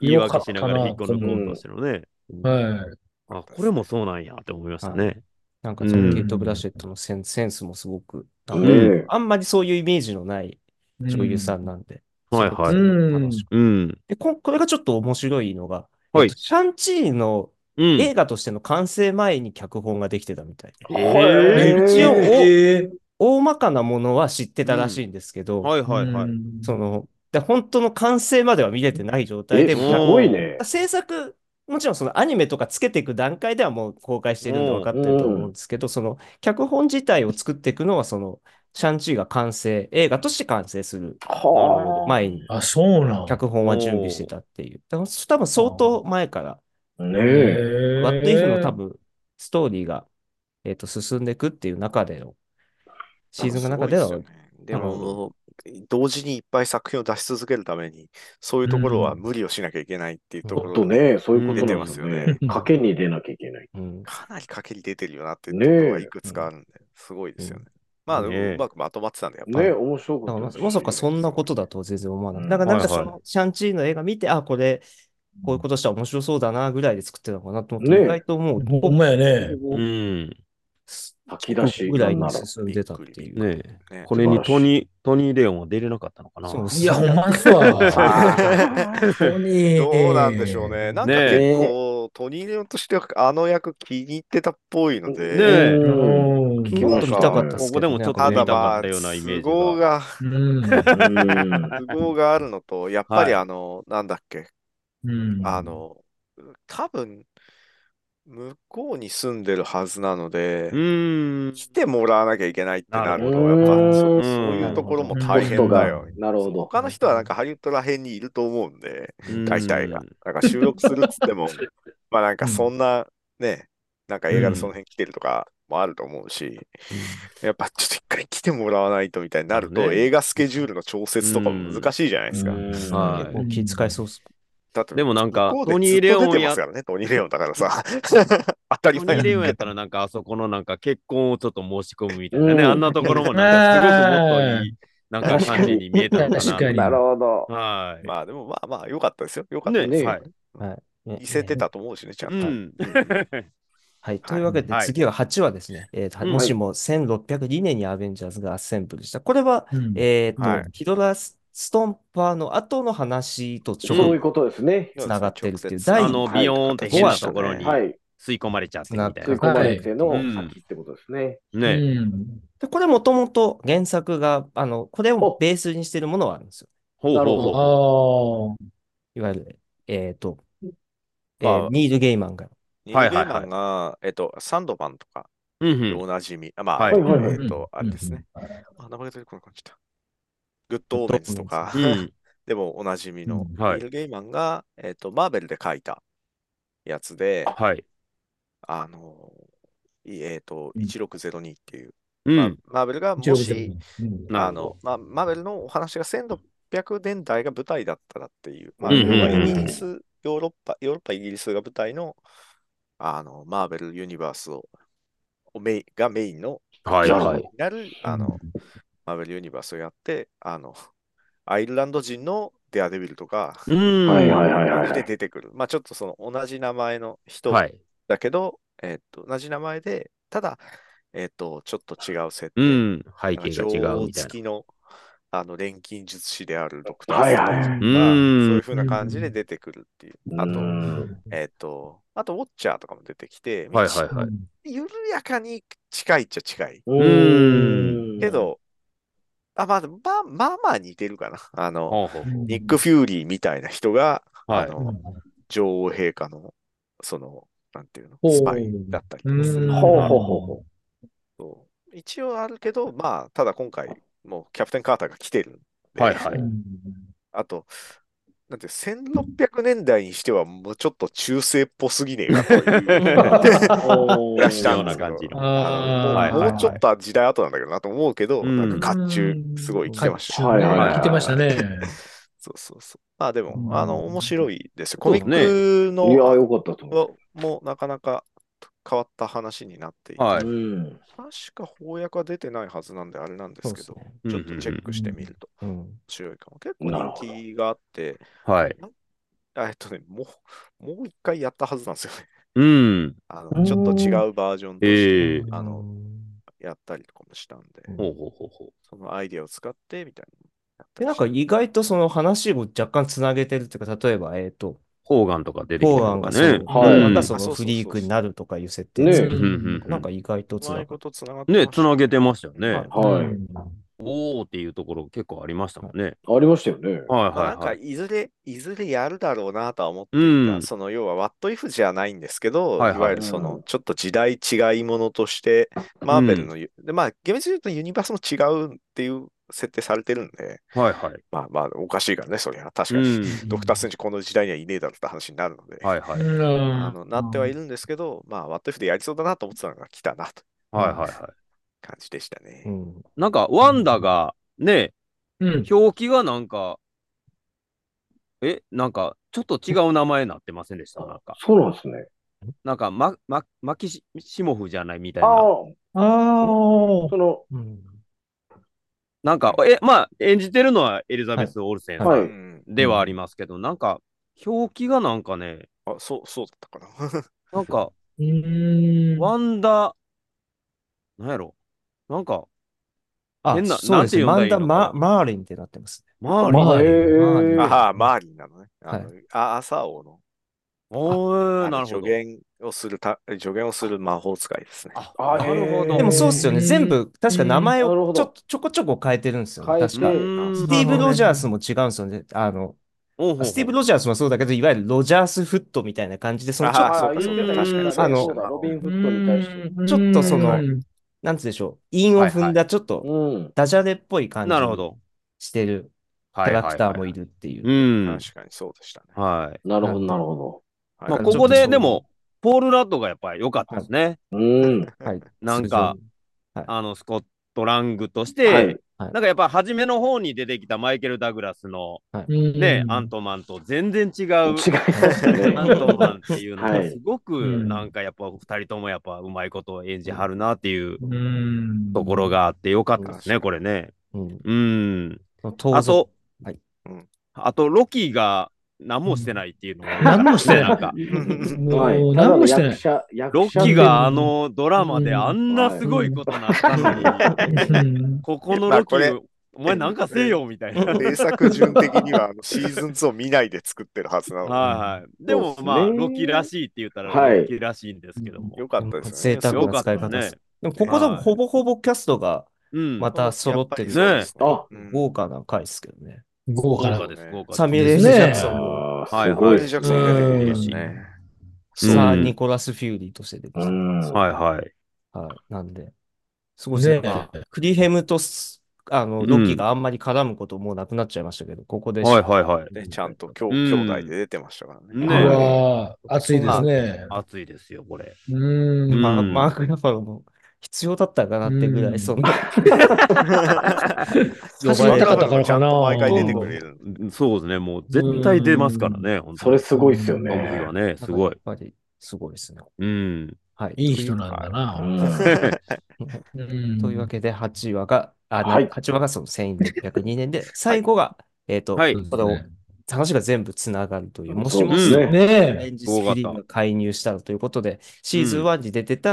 言いよ訳かっしたながら引っな。こ抜こうとしてのね。はい。あ、これもそうなんやって思いましたね。なんかそのケイト・うんブラシェットのセンセンスもすごく、あんのねあんまりそういうイメージのない女優さん。んなんで。はいはいすごく楽しくうん。でこ、これがちょっと面白いのが、はいえっとシャンチーのうん。映画としての完成前に脚本ができてたみたい。えーへー一応え大まかなものは知ってたらしいんですけど、はいはいはい。その、で本当の完成までは見れてない状態で、えも脚す本ごいね。制作、もちろんそのアニメとかつけていく段階ではもう公開してるんで分かってると思うんですけど、その脚本自体を作っていくのは、そのシャンチーが完成、映画として完成するは前にあ、そうなん。脚本は準備してたっていう。だから多分相当前から、あ。ねえ。ワットイフの多分ストーリーが、えっと進んでいくっていう中での、シーズンの中では、すごいすよねでなるほも、同時にいっぱい作品を出し続けるために、そういうところは無理をしなきゃいけないっていうとちこょっろとがね、そういうこと出てなんまですすよよねね。。賭けに出なきゃいけない。うんかなりかけり出てるよなっていうところがいくつかあるんで、すごいですよね。まあ、でねえもうまくまとまってたんで、やっぱり。ね面白だかかったらですね。まさかそんなことだとは全然思わなうい。んだからなんかはいはそいのシャンチーの映画見て、あ、これ、こういうことしたら面白そうだなぐらいで作ってたのかなと思って、ね意外ともう、ほんまやね。うん。炊き出しぐらいに進んでたっていう。ねね [laughs] これにトニー、トニー・レオンは出れなかったのかな。そうですいや、ほんまっすわ。 [laughs] あ本当に。どうなんでしょうね。なんかね結え構、トニー・レオンとしてはあの役気に入ってたっぽいので、ねえうん。もっと見たかったですここけど、ね、でもちょっとた見だかまっあ、たようなイメージが都合が、うん。うん [laughs] 都合があるのと、やっぱりはあの、なんだっけ、うんあ、の、多分、向こうに住んでるはずなので、うーん。来てもらわなきゃいけないってなると、なるほどやっぱそううんそういうところもうん大変だよコスト。がなるほど [laughs] そう他の人はなんかハリウッドら辺にいると思うんで、大体がうん。なんか収録するっつっても、まあなんかそんなね、なんか映画でその辺来てるとかもあると思うし、やっぱちょっと一回来てもらわないとみたいになると、ね映画スケジュールの調節とかも難しいじゃないですか。うんは結構気遣いそうっす。だってでもなんか向こうでトニーレオンやずっと出てますからね、トニーレオンだか [laughs] らさ、当たトりニ前ー・だレオンやったらなんかあそこのなんか結婚をちょっと申し込むみたいなね、うんあんなところもなんかすごくもっといいなんか感じに見えたのか確かな。になるほど。はい。まあでもまあまあ良かったですよ。良かったねです。はいね見せてたと思うしね、ちゃんうと。ん。はい。というわけで、はい次は8話ですね。えーとうんもしも1602年にアベンジャーズがアッセンブルした。これは、うんえっと、はいヒドラストンパーの後の話とちょっそういうとことですね。つながってるっていう直接第あの、ビヨーンと5話のところにはい。吸い込まれちゃってみたい吸吸いな。込まれてのはい先ってことですね。ね。で、これもともと原作が、あの、これをベースにしてるものはあるんですよ。ほうほううん、あほう。いわゆる、えっと、えまあーニール・ゲイマンが。ニール・ベはいはいイマはいンが、えっと、サンドマンとかうんうでん。おなじみ。あまあ、はいえはいはいっと、あれですね。。あ、名前が出てこなくなっちゃった。グッド・オーメンズとかう、ん。 [laughs] でもおなじみの、はいニール・ゲイマンが、えっと、マーベルで書いたやつで、はい。あの、いえっと、うん1602っていう、うまあん。マーベルがも16し、なあるほの、まあ、マーベルのお話が1600年代が舞台だったらっていう、まあ、うん要はうんうんイギリス、ヨーロッパ、ヨーロッパ、イギリスが舞台の、あの、マーベルユニバースを、をメインがメインの、ど。はいはい。になる、あの、マーベルユニバースをやって、あの、アイルランド人のデアデビルとか、うん。はいはいはいはいで出てくる。まあ、ちょっとその同じ名前の人はい。だけど、えっと、同じ名前で、ただ、えっと、ちょっと違う設定。うん。背なんか景が違うみたい付きのあの錬金術師であるドクターはいストはいーはンいうんとか、そういう風な感じで出てくるっていう。あと、えっ、と、あと、ウォッチャーとかも出てきて、な。はいはいはい。緩やかに近いっちゃ近い。うー [laughs] け、ど、あまあ、まあ、まあまあ似てるかな。 [laughs] あの、ほうほうほニック・フューリーみたいな人が、はいあの、女王陛下の、その、なんていうの、ほうスパイだったりとかするうんほうほうほうほそう一応あるけど、まあ、ただ今回、もうキャプテン・カーターが来てるんう。で、はいはい。あと、なんて1600年代にしてはもうちょっと中世っぽすぎねえかという [laughs] う。気がしたんでなすけど感じのあはいのもはういもうちょっと時代後なんだけどなと思うけど、うんなんか甲冑すごい来てました甲冑ねはいはいはい来てましたね。そうそうそう。まあでもう、んあの、面白いですそよ。コうでミすねックいや、のよかったと思はもうなかなか変わった話になっていて、はう。い。うん確か翻訳は出てないはずなんであれなんでそうすでけすど、ね。ちょっとチェックしてみるとうん。面白いかも。結なる構ほど人気があって、はい。あえっとね、もう、もう一回やったはずなんですよね。うん。あうんの、ちょっと違うバージョンとしてええ。あのやったりとかもしたんで、うんほうほうほうほう。そのアイデアを使ってみたいなのやったで、りなんかして。意外とその話を若干つなげてるっていうか、例えば、えっと、ホーガンとか出てきてポるーアのンかがね。そう、はいまたあそのそうフそうそうそうリークになるとかいう設定ねでえすけどうんうんうんなんか意外とうつなまがいることつながってね、まつなげてましたよはねい。はい。おおっていうところ結構ありましたもんね。ありましたよね。はいまあなはんいはかい。いずれ、いずれやるだろうなとは思っていた、うんその要は What if じゃないんですけど、はいいはいわゆるそうんのちょっと時代違いものとして、マーベルのゆ、でまあ厳密に言うとユニバースも違うっていう設定されてるんで、はいはい。まあまあおかしいからね、そりゃ確うかに。ん。ドクター・ストレンジこの時代にはいねえだろうって話になるので、はいはい。はいああのなってはいるんですけど、まあ What if でやりそうだなと思ってたのが来たなとはいは感じでしたね。うん。い。なんか、ワンダが、ね、うん。表記がなんか、え、なんか、ちょっと違う名前になってませんでしたなんか、そうなんですね。なんか、ま、ま、マキシシモフじゃないみたいああな。、ああそ。の、うんなんか、え、まあ、演じてるのはエリザベス・オルセンさはいんうん、ではありますけど、なんか、表記がなんかね、あそう、そうだったかな。なんか、うん。ワンダ、なんやろなんか、あ変な、そうですね。なマんンて呼んだらいいダのマかなマーリンってなってますね。マーリン。まあえうんー、ああ、マーリンなのね。あの、はあ朝王のおあー、のなるほ助ど。言をするた、助言をする魔法使いですね。あ、あなるほへど。ーでもそうっすよね。うん全部、確か名前うんなるをほちどょっとちょこちょこ変えてるんですよね。変え確てか。うススティなるーブ・ほどねロジャースも違うんですよね。あの、スティーブ・ロジャースもそうだけど、いわゆるロジャースフットみたいな感じで、そのちょあっーと、そうかそうかうん確かにあのそうだロビン・フうットに対して。んちょっとそのうんなんつうでしょう、韻を踏んだちょっとうん。ダジャレっぽい感じなるほにど。してるキはャいはラいはクいターもい。るっていう。うん。確かにそうでしたね。はい。なるほど、なるほはいまあ、ちょっことこそで、うでも、ポール・ラッドがやっぱり良かったですね。ど。うん。はい。なんかはあの、スコットラングとしはいて、。なんかやっぱ初めの方に出てきたマイケル・ダグラスのうんね、アントマンと全然違違いうま。したね。アントマンっていうのはがいすごうくんなんかやっぱ二人ともやっぱうまいことを演じはるなっていううんところがあってよかったですね、これね。うん。うん。盗あ賊と、はいうんあと、ロキが何もしてないっていうのが、何もしてないなんか、もう何もして [laughs] ない。ロキがあのドラマであんなすごいことになったのに、うん [laughs] ここのまあロキこれ、お前なんかせえよみたいな。 [laughs] はい名作順的にはあのシーズン2を見ないで作ってるはずなのはい。でもまあ、そうですねロキらしいって言ったらはいロキらしいんですけどもで。。よかったですね。贅沢な使い方よかでったすね。でもここでもはいほぼほぼキャストがうん。また揃ってる。ねあ豪豪華な回ですけどね。豪豪華な華です、豪華です。サミュエル・エフね J えジャクソンもはいあはいすごい。ジャクソンが出てくるしね。うんさあ、ニコラス・フューリーとして出てきて、うんはいはい。はい。なんで、すごいですね。ねクリヘムとスあうのんロキがあんまり絡むこともうなくなっちゃいましたけど、ここで、はいはいはい。ね、ちゃんと兄,、うん兄弟で出てましたからね。ねうわー熱いですね。熱いですよ、これ。うん。まあうんマーク・ラファロも必要だったかなってぐらい、うんその、呼ばれたかったからかな。毎回出てくれる。そうですね、もう絶対出ますからね、本当それすごいですよ韓国はね。ね、すごい。なんかやっぱりすごいですね。うん。はい。いい人なんだうな。んうんというわけで、8話が、あの、はい8話がその1602年で、最後が、えっ、と、はいそうですねこれを、話が全部つながるという、もしそうもでしすのねスねトレえ。ンジスフィリーが介入したらということで、シーズン1に出てた、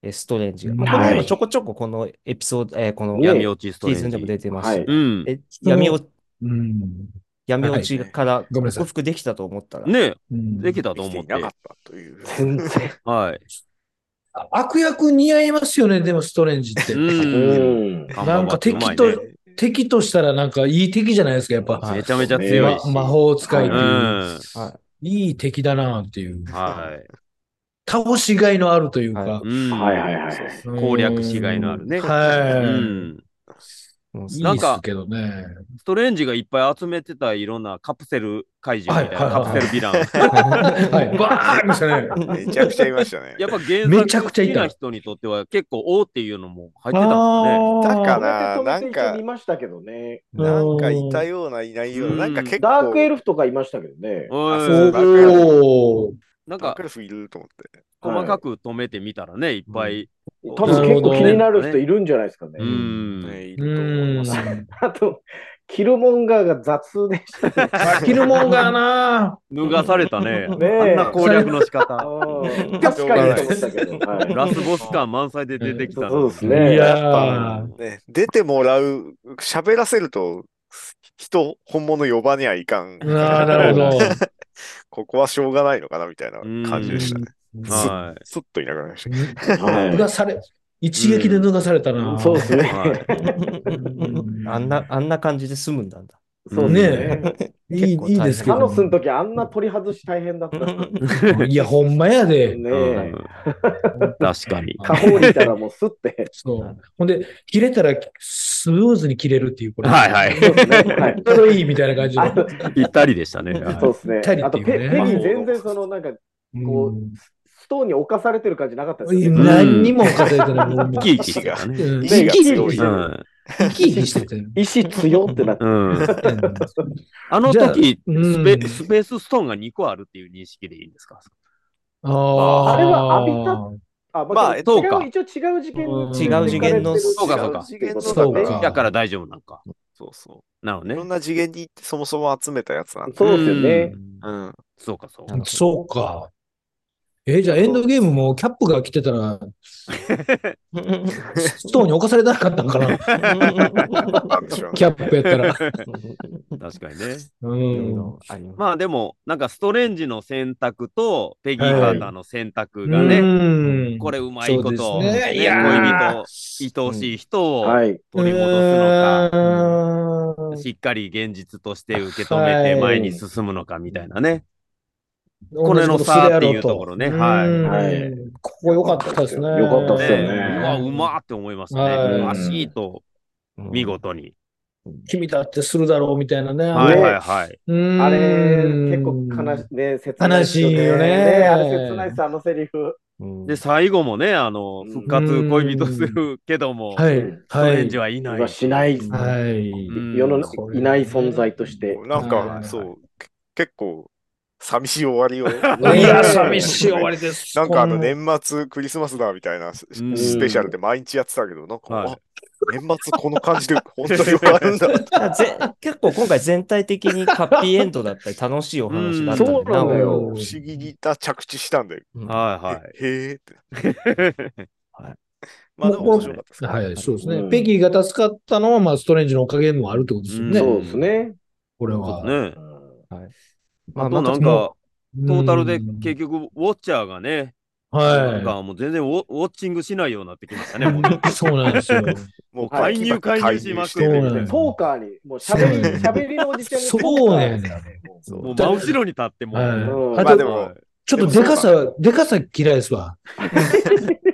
えーストレンジが、まあ、こはいれもちょこちょここのエピソード、えーこのね闇落ちストシレーンジ。ズンでも出てまはすい。うん。え闇落うん。闇落ちからごめんなさい克服できたと思ったら、ねうんできたとできて思っいてな。かったという。全然。はい。悪役似合いますよね、でもストレンジって。うん。なんか適当うまいね敵としたらなんかいい敵じゃないですか、やっぱ。はいめちゃめちゃ強いし。ま魔法使いってういんう。はいい敵だなっていう。は。。倒しがいのあるというかはいうん。はいはいはい。うん攻略しがいのあるね。うはん。もうい。いいなんでかすけどね。ストレンジがいっぱい集めてたいろんなカプセル怪獣みたいなはいはカプいはいセルヴィラン。はい。バーンでしたね。めちゃくちゃいました [laughs] ね。やっぱめ原ちゃ作く好ちゃいきたな人にとっては結構おーっていうのも入ってたんですかね。だかあら、ななんんかか。見、ましたけどね。なんかいたような、いないような、なんか結構。ダークエルルフとかいましたけどね。うんあおそうおー。なんダーかクエルフいると思って。細かく止めてみたらね、いっぱい。多分結構気になる人いるんじゃないですかね。うね、ん。いうると思います。ん。あと、キルモンガーが雑でしたね。キルモンガーな脱がされたね。ねえあんな攻略の仕 [laughs] 方。うん確かにと思ったけど。はいラスボス感満載で出てきたそうのですいね。やーね、出てもらう、喋らせると、人、本物呼ばにはいかん。あーなるほどここはしょうがないのかなみたいな感じでしたね。はすっといなくなりました。はい脱がされ、一撃で脱がされたな。そうですい。ね。はいうんあんな、あんな感じで済むんだんだ。そうですねね。いいい結構大変いですけサノどス。の時あんな取り外し大変だった。ねいや、ほんまや [laughs] で。うえ。ん確かに。下方にいたらもうすって。そう。ほんで、切れたらスムーズに切れるっていう、これ。はいはいそうですねはいちょうどいいみたいな感じあの。のぴったりでしたね。はいそうですねぴったり。あってといペうねペギー全然そのなんかこストーンに侵されてる感じなかったですよね。何にも稼いでない。もう生き生きしてたね。うん意生志きが生き強いしてた生き生きしてたよ。意志強ってなって。うん。うんあのじゃあ時、うんスペスペースストーンが2個あるっていう認識でいいんですかああ。あれはあ、ままああ、違そうかう、一応違う次元うんに。違う次元のそうかそうかそうかだから大丈夫なんか。そうそなのう。いねろ。んな次元に行ってそもそも集めたやつなんで。そうですよね。うん。そうかそうなかる。そうか。え、じゃあエンドゲームもキャップが来てたら、ストーンに侵されなかったんかな。なんでしょうねキャップやった [laughs] ら。確かにね。うん。まあでも、なんかストレンジの選択とペギー・ハーターの選択がね、ねこれうまいこと、そうですねねいやー恋人、愛おしい人をはい。取り戻すのか、うんしっかめて現実として受け止めて前に進むのかみたいなね。これの差っていうところねはいはい。ここ良かったですね。良かったねですよねうわ、うまーって思いましたはね。いうましいと、見事に。君だってするだろうみたいなね。はいはいはい。うんあれ、結構悲しい。ね、切ないです悲しいよねあれ切ないです、あのセリフ。うん。で、最後もね、あの、復活恋人するけども、はい。ストレはンいジ。はいない。今しない。はい。うん世の中いない存在として。なはんか、いそう、け結構、寂しい終わり [laughs] を。いや、寂しい終わりです。なんかあこの年末クリスマスだみたいなスうんスペシャルで毎日やってたけど、なんか、はいあ年末この感じで本当に終わるんだ。だからぜ結構今回全体的にハッピーエンドだったり楽しいお話だったりうんそうなんだよ不思議にた着地したんで、はへえって。い [laughs] はい。まあでももう面こ白れかったですね。はい、そうですね。うんペギーが助かったのは、まあ、ストレンジのおかげもあるってことですよね。うんそうですね。これは。ねまああとまなたんか、うんトータルで結局、ウォッチャーがね、なんはかもう全然ウォウォッチングしないようになってきましたね、 [laughs] もうね。い。そうなんですよ。もう介入ばっか介入しまく介入してるそうみなんたいでなすポーカーに、もうしゃべりそう、しゃべりのおじちゃんに。そうだよねそうもう真後ろに立ってもう。はまいあでも、ちょっとでかさ、でかさ嫌いですわ。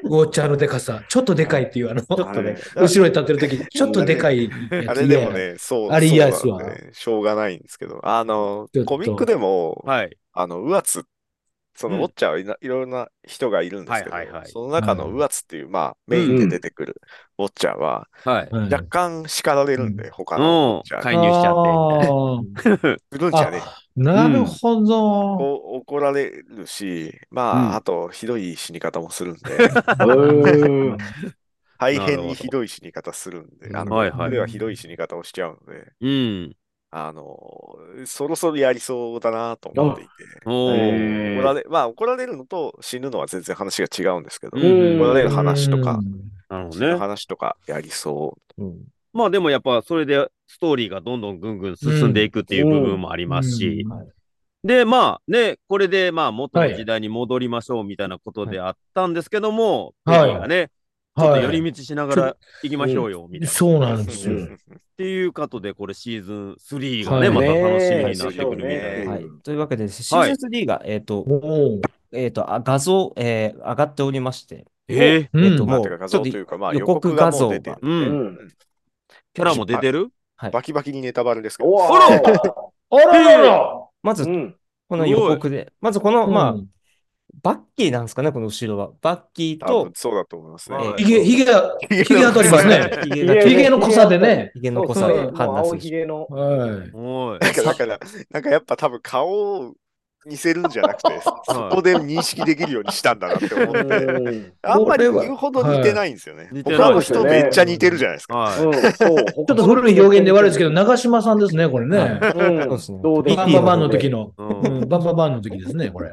ウォッチャーのでかさ。ちょっとでかいっていう、あの、ちょっとね、後ろに立ってるとき、ちょっとでかいやつ。あれでもね、そう、あれ嫌ですそうわなんだよねしょうがないんですけど、あのちょっ、とコミックでも、はい。あの、上津、その、うウんォッチャーはいないろいろな人がいるんですけどはいはいは、いその中の上津っていう、まあ、メインで出てくるウォッチャーは、はい。嫌や。若干叱られるんで、他のうウォッチャん。ー介に。入しちゃって。ゃって。するんじゃねあなるほど。こう怒られるし、うまんあ、あと、ひどい死に方もするんで、うん。大なる変ほどにひどい死に方するんで、あの、はいはいではひどい死に方をしちゃうので、うん。あの、そろそろやりそうだなと思っていて、おー。怒られ、まあ怒られるのと死ぬのは全然話が違うんですけど、うん怒られる話とか、なるほ死どぬね。話とかやりそうんまあでもやっぱそれでストーリーがどんどんぐんぐん進んでいくっていう部分もありますしうん。で、まあね、これでまあ元はのい時代に戻りましょうみたいなことであったんですけども、はいペリーがね、ちょっと寄り道しながはら行きましょうよみたいな。っそうなんう。ですよ。ていうことで、これシーズン3がね、はいまた楽しみにねなってくるみたいでそうねはいうんというわけで、シーズン3が、えっ、と、おーえっ、と、あ画像、えー上がっておりまして、えーうえっ、んと、まあもてか画う、ちょ像っとというか、まあ予予告告画が像もがう出てる。う。うんん。キャラも出てるバキバキにネタバレですけど。おあらお。あらららまずう、ん。この予告で、まずこの、まうあ、んバッキーなんですかね、この後ろは。バッキー多と分、そうだと思いますね。はいひげ、ひげが、ひげが取りますね。ヒゲがひげの濃さでね。ヒゲの濃さで判断す青るひし。げの。はおい。なんかだから、なんかやっぱ多分顔を似せるんじゃなくて、そこで認識できるようにしたんだなって思って、うんあんまり言うほど似てないんですよね。似てない他の人めっちゃ似てるじゃないですか。はうん、そう。ちょっちょっと古い表現で悪いですけど、長嶋さんですね、これね。うん、そうですねどうでバンバンバンの時の。い。ううんん、バンバンバンの時ですね、これ。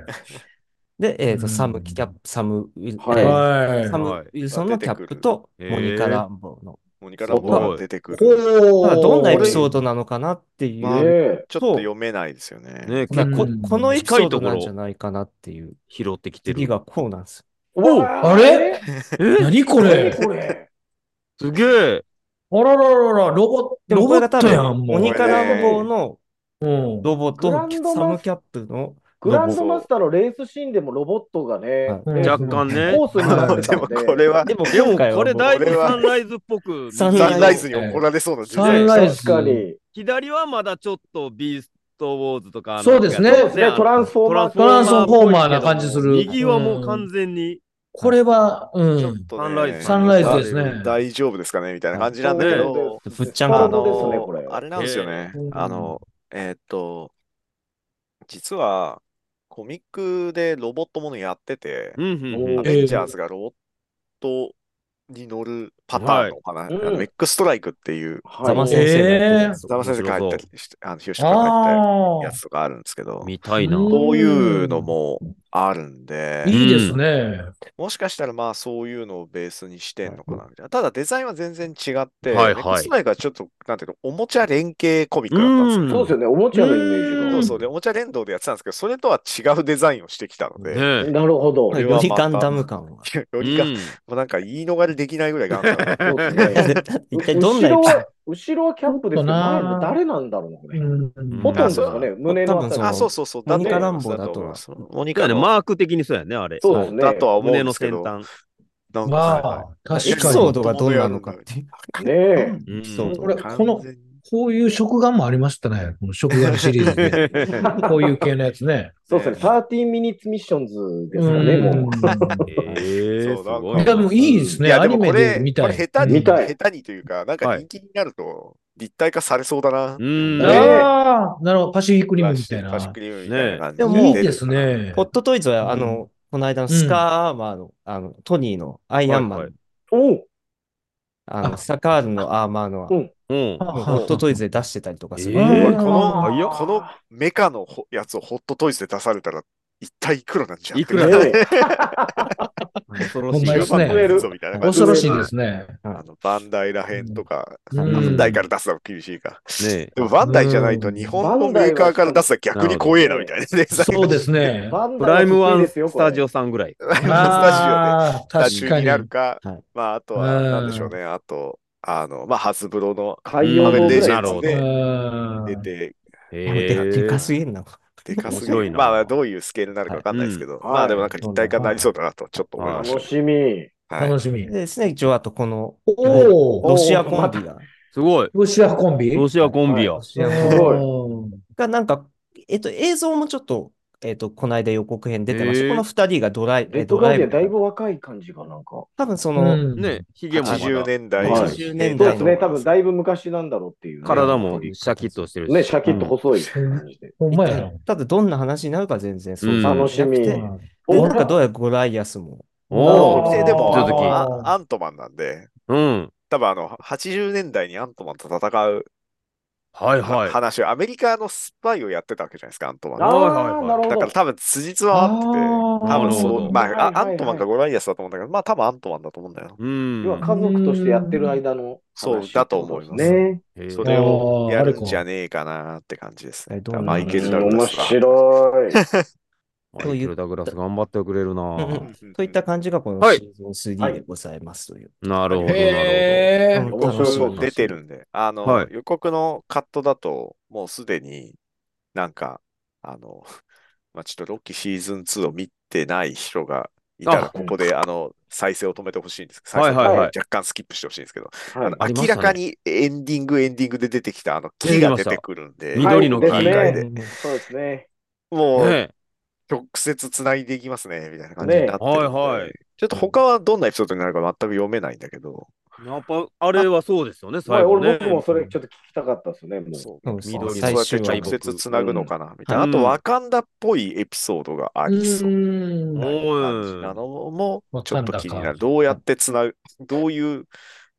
で、えっ、うと、んサムキャップ、サムウィル、はいえーサはムはいウィルソンのキャップと出てモくるニカ・ランボーの。モニカラボが出てくい。る。ほまあう。どんなエピソードドなのかなっていう。まあえちょっと読めないですよね。ね、まあこうんこのエピソードなんじゃないかなっていう。拾ってきて次る。がこうなんですよ。おうああれえ何これこれ。すげえ。あらららら、ロボット、でもロこボれッが多ト分、やん、もモう。ニカ・ランボーのうん。ロボットのグランドマスサムキャップのグランドマスターのレースシーンでもロボットがね、はうんね若干ねコースになってでたんもで。これはでもでも今回はこれだいぶこれはサンライズっぽく。サンサンライズにに怒られそうな時サン代ライズ確かに。左はまだちょっとビーストウォーズとかの。そうですねやつねトランスフォーマートランスフォーマーな感じする右はもう完全に。これは、うちょっん。とサンライズねサンライズですね大丈夫ですかねみたいな感じなんだけど、ふっちゃんなあがるほどですねのこれあれなんですよねええ。あの、えーっと、実はコミックでロボットものやってて、うんうんうアん。ベンジャーズがロボットに乗るパターンのおは話、いうんあのエックストライクっていう、ざまは先生のやってるやつザマ先生帰ったりして、あの、ヒヨシカが帰っあたやつとかあるんですけど、見たいな。うんこういうのもあるんであ。、いいですね。もしかしたらまあそういうのをベースにしてんのかなみたいな。ただデザインは全然違って、はいはいエックストライクはちょっと、なんていうの、おもちゃ連携コミックだったんですよ。うい。んそうですよね、おもちゃのイメージそがうそうで、おもちゃ連動でやってたんですけど、それとは違うデザインをしてきたので、ねなるほど。これよはりまたガンダム感が。ようりが、もんうなんか言い逃れできないぐらいガンダムだったそうですね [laughs] 一体どんなエ後ピソろーは、後ろはキャップですけど、前の誰なんだろうね。うんほとんどですあそかうね、胸のあたり。あ、そうそうそう。モニカだと思ランいボーだとますだと思いますモニだかカらのマーク的にそうやね、あれ。そうですね。だとは思う胸んのですけ先ど、端。なんかまはあいは、確かドエピに。ソードがどんなのかっていう。いねえ。うんエピソードこれこの完全にこういう食玩もありましたね。この食玩シ [laughs] リーズで。 [laughs] こういう系のやつね。そうですね、13ミニッツミッションズですかね、うんもう。えーそうすだごいでもいいですいね。やアでニもメこでれ、見たこれい。下手見に、たい下手にというか、なんか人気になると、立体化されそうだな。うん。ねねああ、なるほど。パシフィックリムみたいな。パシフィックリムみたいな感じねいいです。ねホ。ットトイズは、あの、この間のスうんカーアーマーの、あの、トニーのアイアンマン、はいはいおうあの、あスタカールのアーマーのは、うんうん。はあはあホットトイズで出してたりとかする。えうーわこの、あーいやこのメカのほやつをホットトイズで出されたら、一体いくらなんじゃいくらだね恐ろほんま10です万ねのやつみたいな感じ恐ろしいですね。あのバンダイらへんとか、うんバンダイから出すのも厳しいか。ねでもバンダイじゃないと日本のメーカーから出すのは逆に怖えなみたいなね。そうですね。バンプダライイムはワきついンですよスタジこオさんぐらい。 [laughs] スタジオで。ああ、確中かにに。なるか、はいまああとうは、んなんでしょうね、あと、あの、まあ、ハスブロのれ海洋アベのンレーぐジらないるェほンどズうんで出て、でかでかすぎぎるな。でかす面ぎ白いる。なまあまあ、どういうスケールになるかわかんないですけど、はいまあでもなんか立体感になりそうだなと、ちょっと思いまはいし楽しみ。た。はい楽しみで。ですね、一応あとこの、おお、ロシアコンビが。すごい。ロシアコンビロシアコンビや。ロすシアコンビごいがなんか、えっと、映像もちょっと、えっと、この間予告編出てました。へーこの二人がドライ、レッドドガラーイディアンだいブ。ぶ若い感じかなんか。多分その、うんね、ヒゲもまだ80年代、はい80年そう代でのすね、多分だいぶ昔なんだろうっていうね、体もシャキッとしてるし。ね、シャキッと細い感じで。ほんまやな。ただどんな話になるか全然うん想像楽できしなくみ。て、うんで、なんかどうやらゴライアスも。おあおーででも、あ続きのあアントマンなんで、うん。多分あの、80年代にアントマンと戦うはいははい。話を、アメリカのスパイをやってたわけじゃないですか、アントマンあが。はいあはー、いなるほだからど。多分、辻褄は合ってて、あー多分なるそほう、どまあ、はいはいあアントマンかゴライアスだと思うんだけど、まあ多分アントマンだと思うんだよ。う要はん。家族としてやってる間のそう話だと思いますね。へそーれをあーやるんじゃねえかなって感じですあねれ。どうなのマイケル・ダうんル面ダスが。白い。マイケル・ダグラス頑張ってくれるなうんぁ。うんといった感じがこのはいシーズン3でございますという。なるほど、なるへうーん予楽しみ告出てるんで、あの、はい予告のカットだと、もうすでになんか、あの、 [laughs] まあ、ちょっとロッキーシーズン2を見てない人がいたあら、ここであの再生を止めてほしいんです。再生を止めてはいはいはい若干スキップしてほしいんですけど、はいあありまのし明たらねかにエンディング、エンディングで出てきたあの木が出てくるんで、出てきました緑の木段階でで、すそうですね。ほもど。うね直接つないでいきますね、みたいな感じになってるんで、ねはいはいちょっと他はどんなエピソードになるか全く読めないんだけど、やっぱ、あれはそうですよね、ま最あ、後ね。俺僕もそれちょっと聞きたかったですね。もうそうそうですね緑そうのやって最終話直接つなぐのかな、みたいな。うあんと、ワカンダっぽいエピソードがありそううんな感じなのも、うんちょっと気にワカンダなる。かどうやってつなぐ、どういう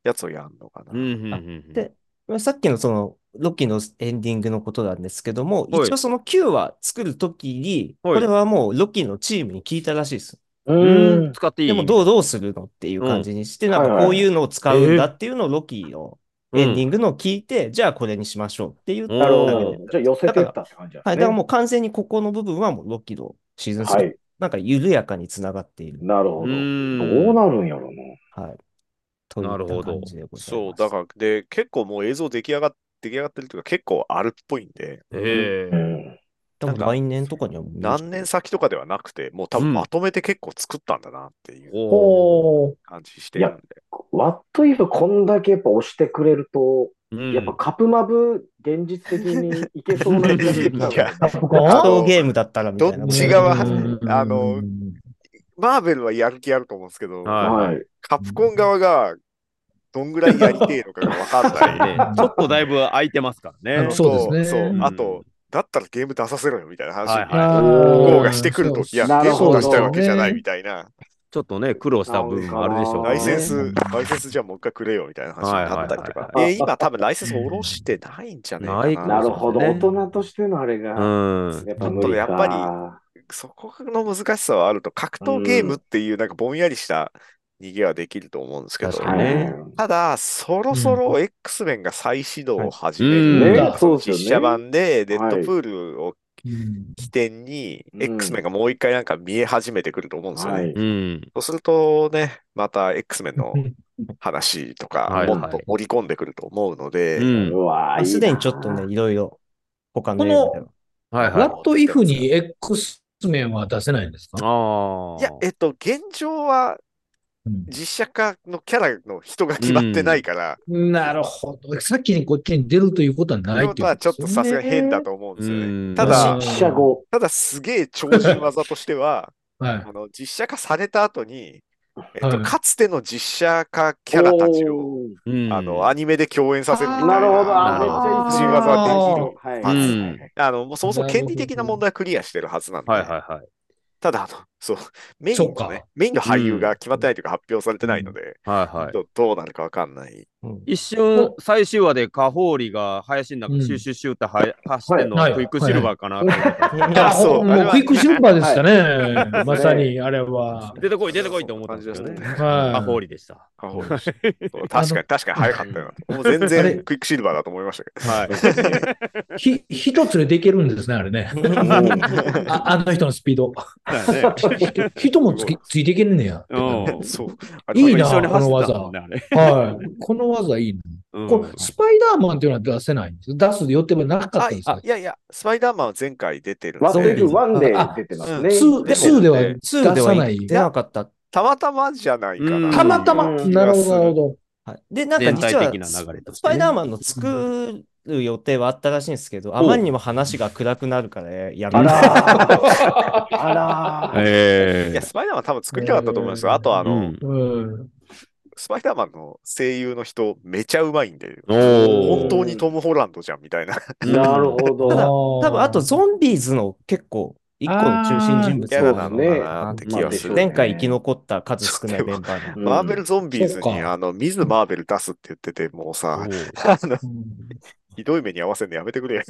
やつをやるのかな。うんうんうんうん。でまあさっきのその、ロッキーのエンディングのことなんですけども、はい一応その9話作るときに、はいこれはもうロッキーのチームに聞いたらしいです。ううーん、ん。使っていいでもどうどうするのっていう感じにして、なんはいかはいこういうのを使うんだっていうのをロキのエンディンングのを聞いて、じゃあこれにしましょうっていう。ななるるほほどど。じゃあ寄せてったって感じなんですね。はい、だからもう完全にここの部分はもうロキのシーズン3、はい。なんか緩やかにつながっている。なるほうど。ん。どうなるんやろはい。といなるっほたど感じでございます。そう、だから、で、結構もう映像出来上がって、出来上がってるというか、結構あるっぽいんで、えうな。うえ。ん。多分来年とかにはもう何年先とかではなくて、もう多う分んまとめて結構作ったんだなっていうおお。ほ感じしてるんで。ワットイフこんだけやっぱ押してくれると、うんやっぱカプマブ現実的にいけそうな気がしてきたのいやで。う。あ格闘ゲームだったらみたいなこどっとちで。側うんあのマーベルはやる気あると思うんですけど、はいはい。カプコン側がどんぐらいやりてえのかが分か [laughs] んない。ねちょっとだいぶ空いてますからうねん。そうですねそううんあと、だったらゲーム出させろよみたいな話はいには向こうこがしてくると、いや、なゲるームほをど出したいわけじゃないみたいな、ちょっとね、苦労した部分もあるでしょうそうラけイどセねンス、ライセンスじゃあもう一回くれよみたいな話になったりとか。はいはいはいはいで、今多分ライセンスを下ろしてないんじゃねなえいかかな。なるほど。そう大ですね人としてのあれが。うん。やっぱ無理か。ちょっとやそこの難しさはあると、格闘ゲームっていうなんかぼんやりした逃げはできると思うんですけど、確かにはいねただ、そろそろ X メンが再始動を始めはるい、うんねそうですよ実ね写版で、デッドはいプールを起点に、うん X メンがもう一回なんか見え始めてくると思うんですよね。はい。うん。そうするとね、また X メンの話とかは、いもっと盛り込んでくると思うので、うんう。わまぁ。あすでにちょいっいとなね、いろいろ他のこ映の画では。はいはい。ラあットイフに X 面は出せないんですかあ。いや、えっと、現状はうん実写化のキャラの人が決まってないから、なるほど。さっきにこっちに出るということはとないいうっこてというこはちょとでっとすよさねすがに変だと思うんですようんね。ただうん、実写後。 [laughs] ただすげえ超人技としては、はいあの実写化された後に、えっとはいかつての実写化キャラたちを、おーうんあの、アニメで共演させるみたいな。なるほど。あなるほどめっちゃいい神話がはいあうんはいはいあの、もうそもそも権利的な問題はクリアしてるはずなんで、はいはいはい。ただ、あの、そう、メインそっのかね、メインの俳優が決まってないというか発表されてないので、はいはいちょっとどうなるかわかんない。一瞬、最終話でカホーリが林のう中、んシューシューシューっては走ってんのはいはクイックシルバーかなと思った。ああそうほんもあれうはクイックシルバーでしたね。まさに、あれは。出てこい、出てこいって思ったんですけどね。カホーはリでした。あい。 [laughs] そう確かに、確かに早かっ [laughs] たよな。もう全あれ然クイックシルバーだと思いましたけはい。ひ、一つでできるんですね、あれね。ああの人のスピー [laughs] ド。だよねひ人もつきついていけんねや。うんど。 [laughs] そう。あれいいな一緒にこの走って技たもんね、あれ。はい。この技いいな。うんこれ、スパイダーマンっていうのは出せないんです。出す予定はなかったあんですあかいやいや、スパイダーマンは前回出 [laughs] てるんワでンそデうーですワンデあー出てますね。ツーでツーでは出2でさはない言っ。てなかった。たまたまじゃないかうな。んたまたま。うんなるほど、なるほど。はいで、なんか全体実は的な流れとしてねスパイダーマンの作る予定はあったらしいんですけど、あまりにも話が暗くなるからやあめた。らー。あらー。えいえや、スパイダーマン多分作りたかったと思いますよ。あと、あの、うんうん。スパイダーマンの声優の人、めちゃうまいんで、おー本当にトム・ホランドじゃんみたいな。いなるほど。多分あとゾンビーズの結構、一個の中心人物やそなうのでかすなのねかななっってて気がする。前回生き残った数少ないメンバーうの。んマ [laughs] ーベル・ゾンビーズそにうかあの水野マーベル出すって言ってて、もうさ、あのひどい目に合わせるのやめて [laughs] くれ。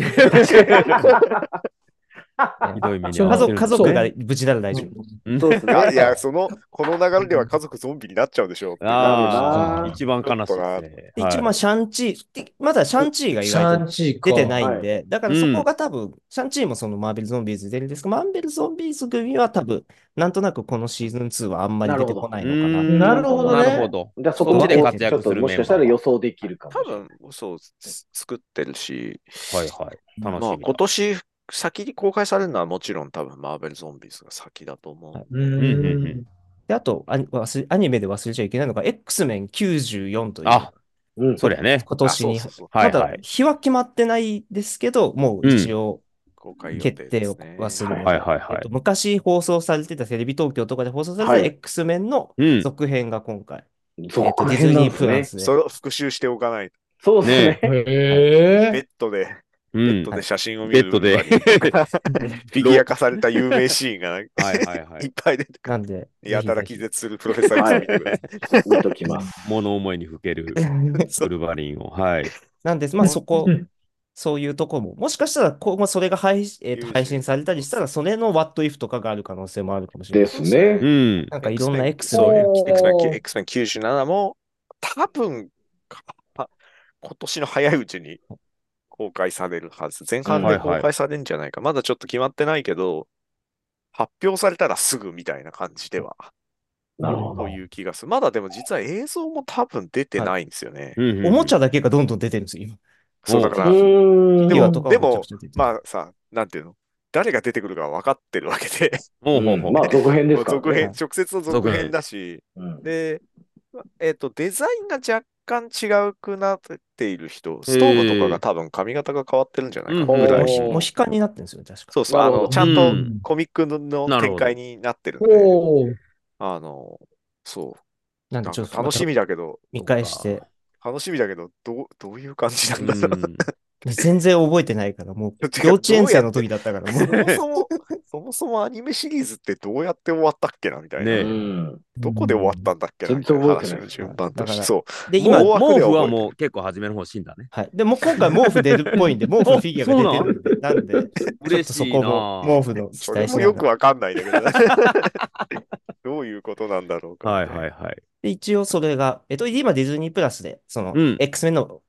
ひどい目に遭うって家族る家族がそ無事なら大丈夫。そうですね。あいや、その、この流れでは家族ゾンビになっちゃうでしょうってなああ、るし一番悲しいですでね。一応まあシャンチー、でまだシャンチーが意シ外ャンとチーか。。出てないいんで、だからそこが多分、シャンチーもそのマーベルゾンビーズ出るんですけど、マーベルゾンビーズ組は多分、なんとなくこのシーズン2はあんまり出てこないのかな。うんなるほどね。なるほど。じゃあそそこっちでも活ちょ躍っするとメンバーもしかしたら予想できるかも多しれない。分、そう、す作ってるし、はいはい。楽しみまだあ、今年先に公開されるのはもちろん多分マーベル・ゾンビーズが先だと思う。はいううんうんで、あとアニ忘れアニメで忘れちゃいけないのが、X メン94という、あ、うんそりゃね。今あ年そうにそう、そうはいまはだい。日は決まってないですけど、もう一応公開予定決で定すをね。はするので、はいはいえはっいと。昔放送されてたテレビ東京とかで放送されはていた X メンのうん。続編が今回、続ディズ編なんニーですプラね。スで。それを復習しておかないと。そうですね。へベえ。ッドで、うベんッドで写真を見ベるッドで。のにフィギュア化された有名シーンがなんかはいはいはいっい。ぱい出てくなんで、る。やたらぜひ気ぜ絶するプロフェッサーが見てくれ見ときます。物思いにふけるひ [laughs] ウルバリンを。はい。なんです、まあそこう、んそういうとこも、もしかしたら今後それが配,、えーと有事配信されたりしたら、それの What If とかがある可能性もあるかもしれでない。すねう。ん。なんかいろんな X そういうを、おー X メン97も、多分、か今年の早いうちに公開されるはず。前半はいではい公開されるんじゃないか。まだちょっと決まってないけど、発表されたらすぐみたいな感じでは、なるほどと。いう気がする。まだでも実は映像も多分出てないんですよね。うんおもちゃ。ゃだけがどんどん出てるんですよ、今。そうだから、うででもも、ででもも、まあさ、なんていうの誰が出てくるか分かってるわけで、ほうほうほん。まあ、続編ですからね。続編、直接の続続編編だし、うんで、えっ、と、デザインが若干違うくなっている人、ストームとかが多分髪型が変わってるんじゃないかうんぐらい。おもーう悲観になってるんですよね、確か。そうそう、なあるほどの、ちゃんうとんコミックのなる展ほど開になってるんで、おーあの、そう、なんなで、んちょかっと楽しみだけど、見返して、楽しみだけど、どう、どういう感じなんだうろう。ん。全然覚えてないから、 [laughs] もてうか幼稚園生の時だったから、もそもう。そも、そもそもアニメシリーズってどうやって終わったっけなみたいな。ねえうんどこで終わったんだっけなうんみたいな全然覚えて話ないの順番とだかして。らそ [laughs] で、もう今、終わ毛布はもう結構初めの方死んだね。はい。でも今回毛布出るっぽいんで、毛布のフィギュアが出 [laughs] てるんで、なんで、ちょっと嬉そしいこなもぁ。毛布のう、期それ待しもなよがくらわかんないんだけど、 [laughs] どういうことなんだろうか。はいはいはい。で一応それが、えっと、今ディズニープラスで、そのうん X メンのこ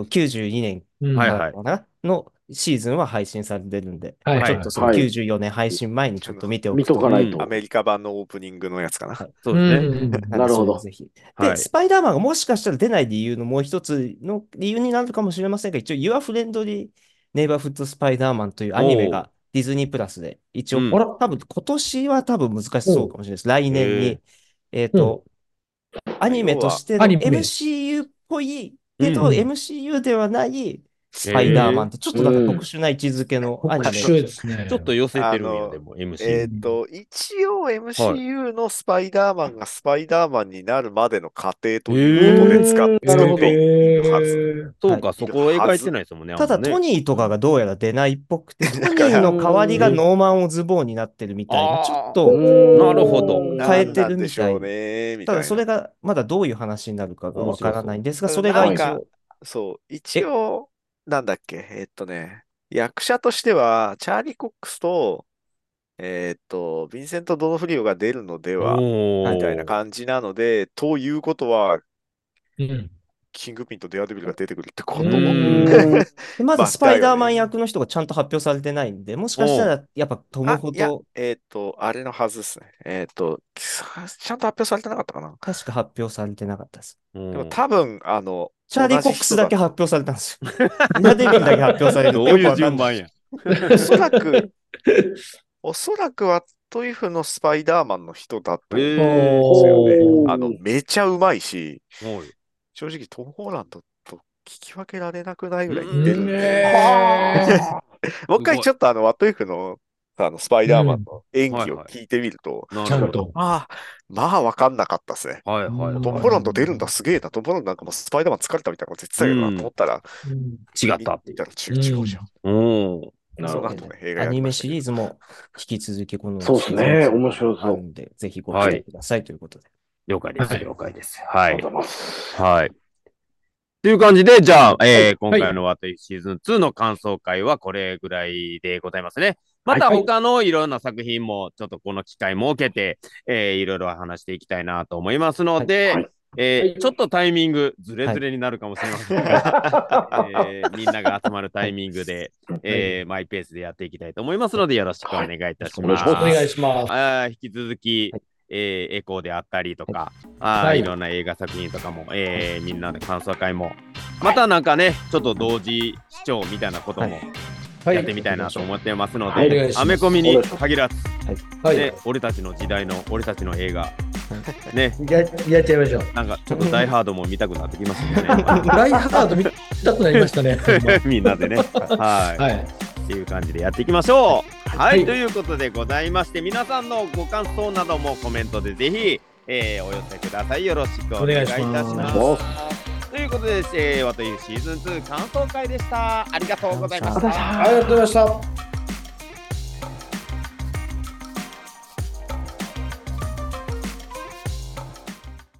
う92年うんはかいらだったかなのシーズンは配信されてるんで、はいはいちょっとそのはい94年配信前にちょっと見てお見くとかないとア。メリカ版のオープニングのやつかな。はいそうですね。うんんでなるほそどれをぜひ。で、はいス。パイダーマンがもしかしたら出ない理由のもう一つの理由になるかもしれませんが、一応 Your Friendly Neighborhood Spider-Man というアニメおがディズニープラスで一応、うんあら多分今年は多分難しそうかもしれないです。来年へえに、えっと、アニメとして要はアのニメ MCU っぽいけど、うん MCU ではないスパイダーマンって、ちょっとなんか特殊な位置づけのアニ特メ。集ですね。ちょっと寄せてるんあや、のでも MC。えっ、と、一応 MCU のスパイダーマンがスパイダーマンになるまでの過程ということで使っえー作っていくはず。ず。そうか、そこを描いてないですもんね。ただ、あんまねトニーとかがどうやら出ないっぽくて、トニーの代わりがノーマン・オズボーンになってるみたいあーな、ちょっと、なるほどな変えんてなるんでみしたいょうね、みたたいな。だそれがまだどういう話になるかがわからないんですが、面そ白れいがなん一か応、そう、一応、なんだっけ、えっとね、役者としては、チャーリー・コックスと、えっと、ヴィンセント・ドノフリオが出るのでは、おーみたいな感じなので、ということは、うん。キングピンとデアデビルが出てくるってこうとんでままあずスパイダーマだンよね役の人がちゃんと発表されてないんで、もしかしたらやっぱトム・あほいやどえっと、あれのはずですね。えっと、さちゃんと発表されてなかったかな。確か発表されてなかったです。うんでも多分、あの、チャーリー・コックスだけ発表されたんです [laughs] よ。ナデビンだけ発表されるどうってよくいうわか順んな番いや。おそ [laughs] らく、おそらくはトイフのスパイダーマンの人だったんですえよねお。ーあ [laughs] の、めちゃうまいし、ーおい正直トム・ホーランドと聞き分けられなくないぐらいうん似てるん [laughs] で、 [laughs] はもすう一回ごいちょっとあの、ワトイフの、あの、スパイダーマンの演技を聞いてみると、なちゃるほんど。と。まあ、まあ、わかんなかったですね。はいはいうんトム・はホーランド出るんだ、すげえな。トム・ホーランドなんかもうスパイダーマン疲れたみたいなこと言ってたけどなうんと思ったら、い。うん違ったってい見うた。ら違う違うじゃん。うん。なそるのほ後ど。ね、映画アやニりまメしシたけどリーズも引き続きこのそうですねシリーズ面白そうあるんで、ぜひご注意くださいということで。了解です。了解です。あはりがいと。うございます。はい。という感じで、じゃあ、えー今い回のワトイシーズン2の感想会はこれぐらいでございますね。またはい他のいろんな作品も、ちょっとこの機会設けて、えーいろいろ話していきたいなと思いますので、はいえーはいちょっとタイミングずれずれになるかもしれませんが、えーみんなが集まるタイミングで、えーマイペースでやっていきたいと思いますので、よろしくお願いいたします。お願いします。あー引き続き、はいえーエコーであったりとか、あー、はいいろんな映画作品とかも、えーみんなで感想会も、またなんかね、ちょっと同時視聴みたいなこともはいやってみたいなと思ってますのはいお願いでし、ますアメコミに限らず、はい。ね、俺たちの時代の俺たちの映画、ね、ややっちゃいましょう。なんかちょっとダイハードも見たくなってきますんでね [laughs] ライハード見たくなりましたね。ほんみんなでね。はいまはい。っていう感じでやっていきましょう。はい、はいということでございまして皆さんのご感想などもコメントでぜひ、えーお寄せください。よろしくお願いいたします。お願いしまということで、えー、私シーズン2感想会でした。ありがとうございまし。ありがとうございましあたりがとうございました。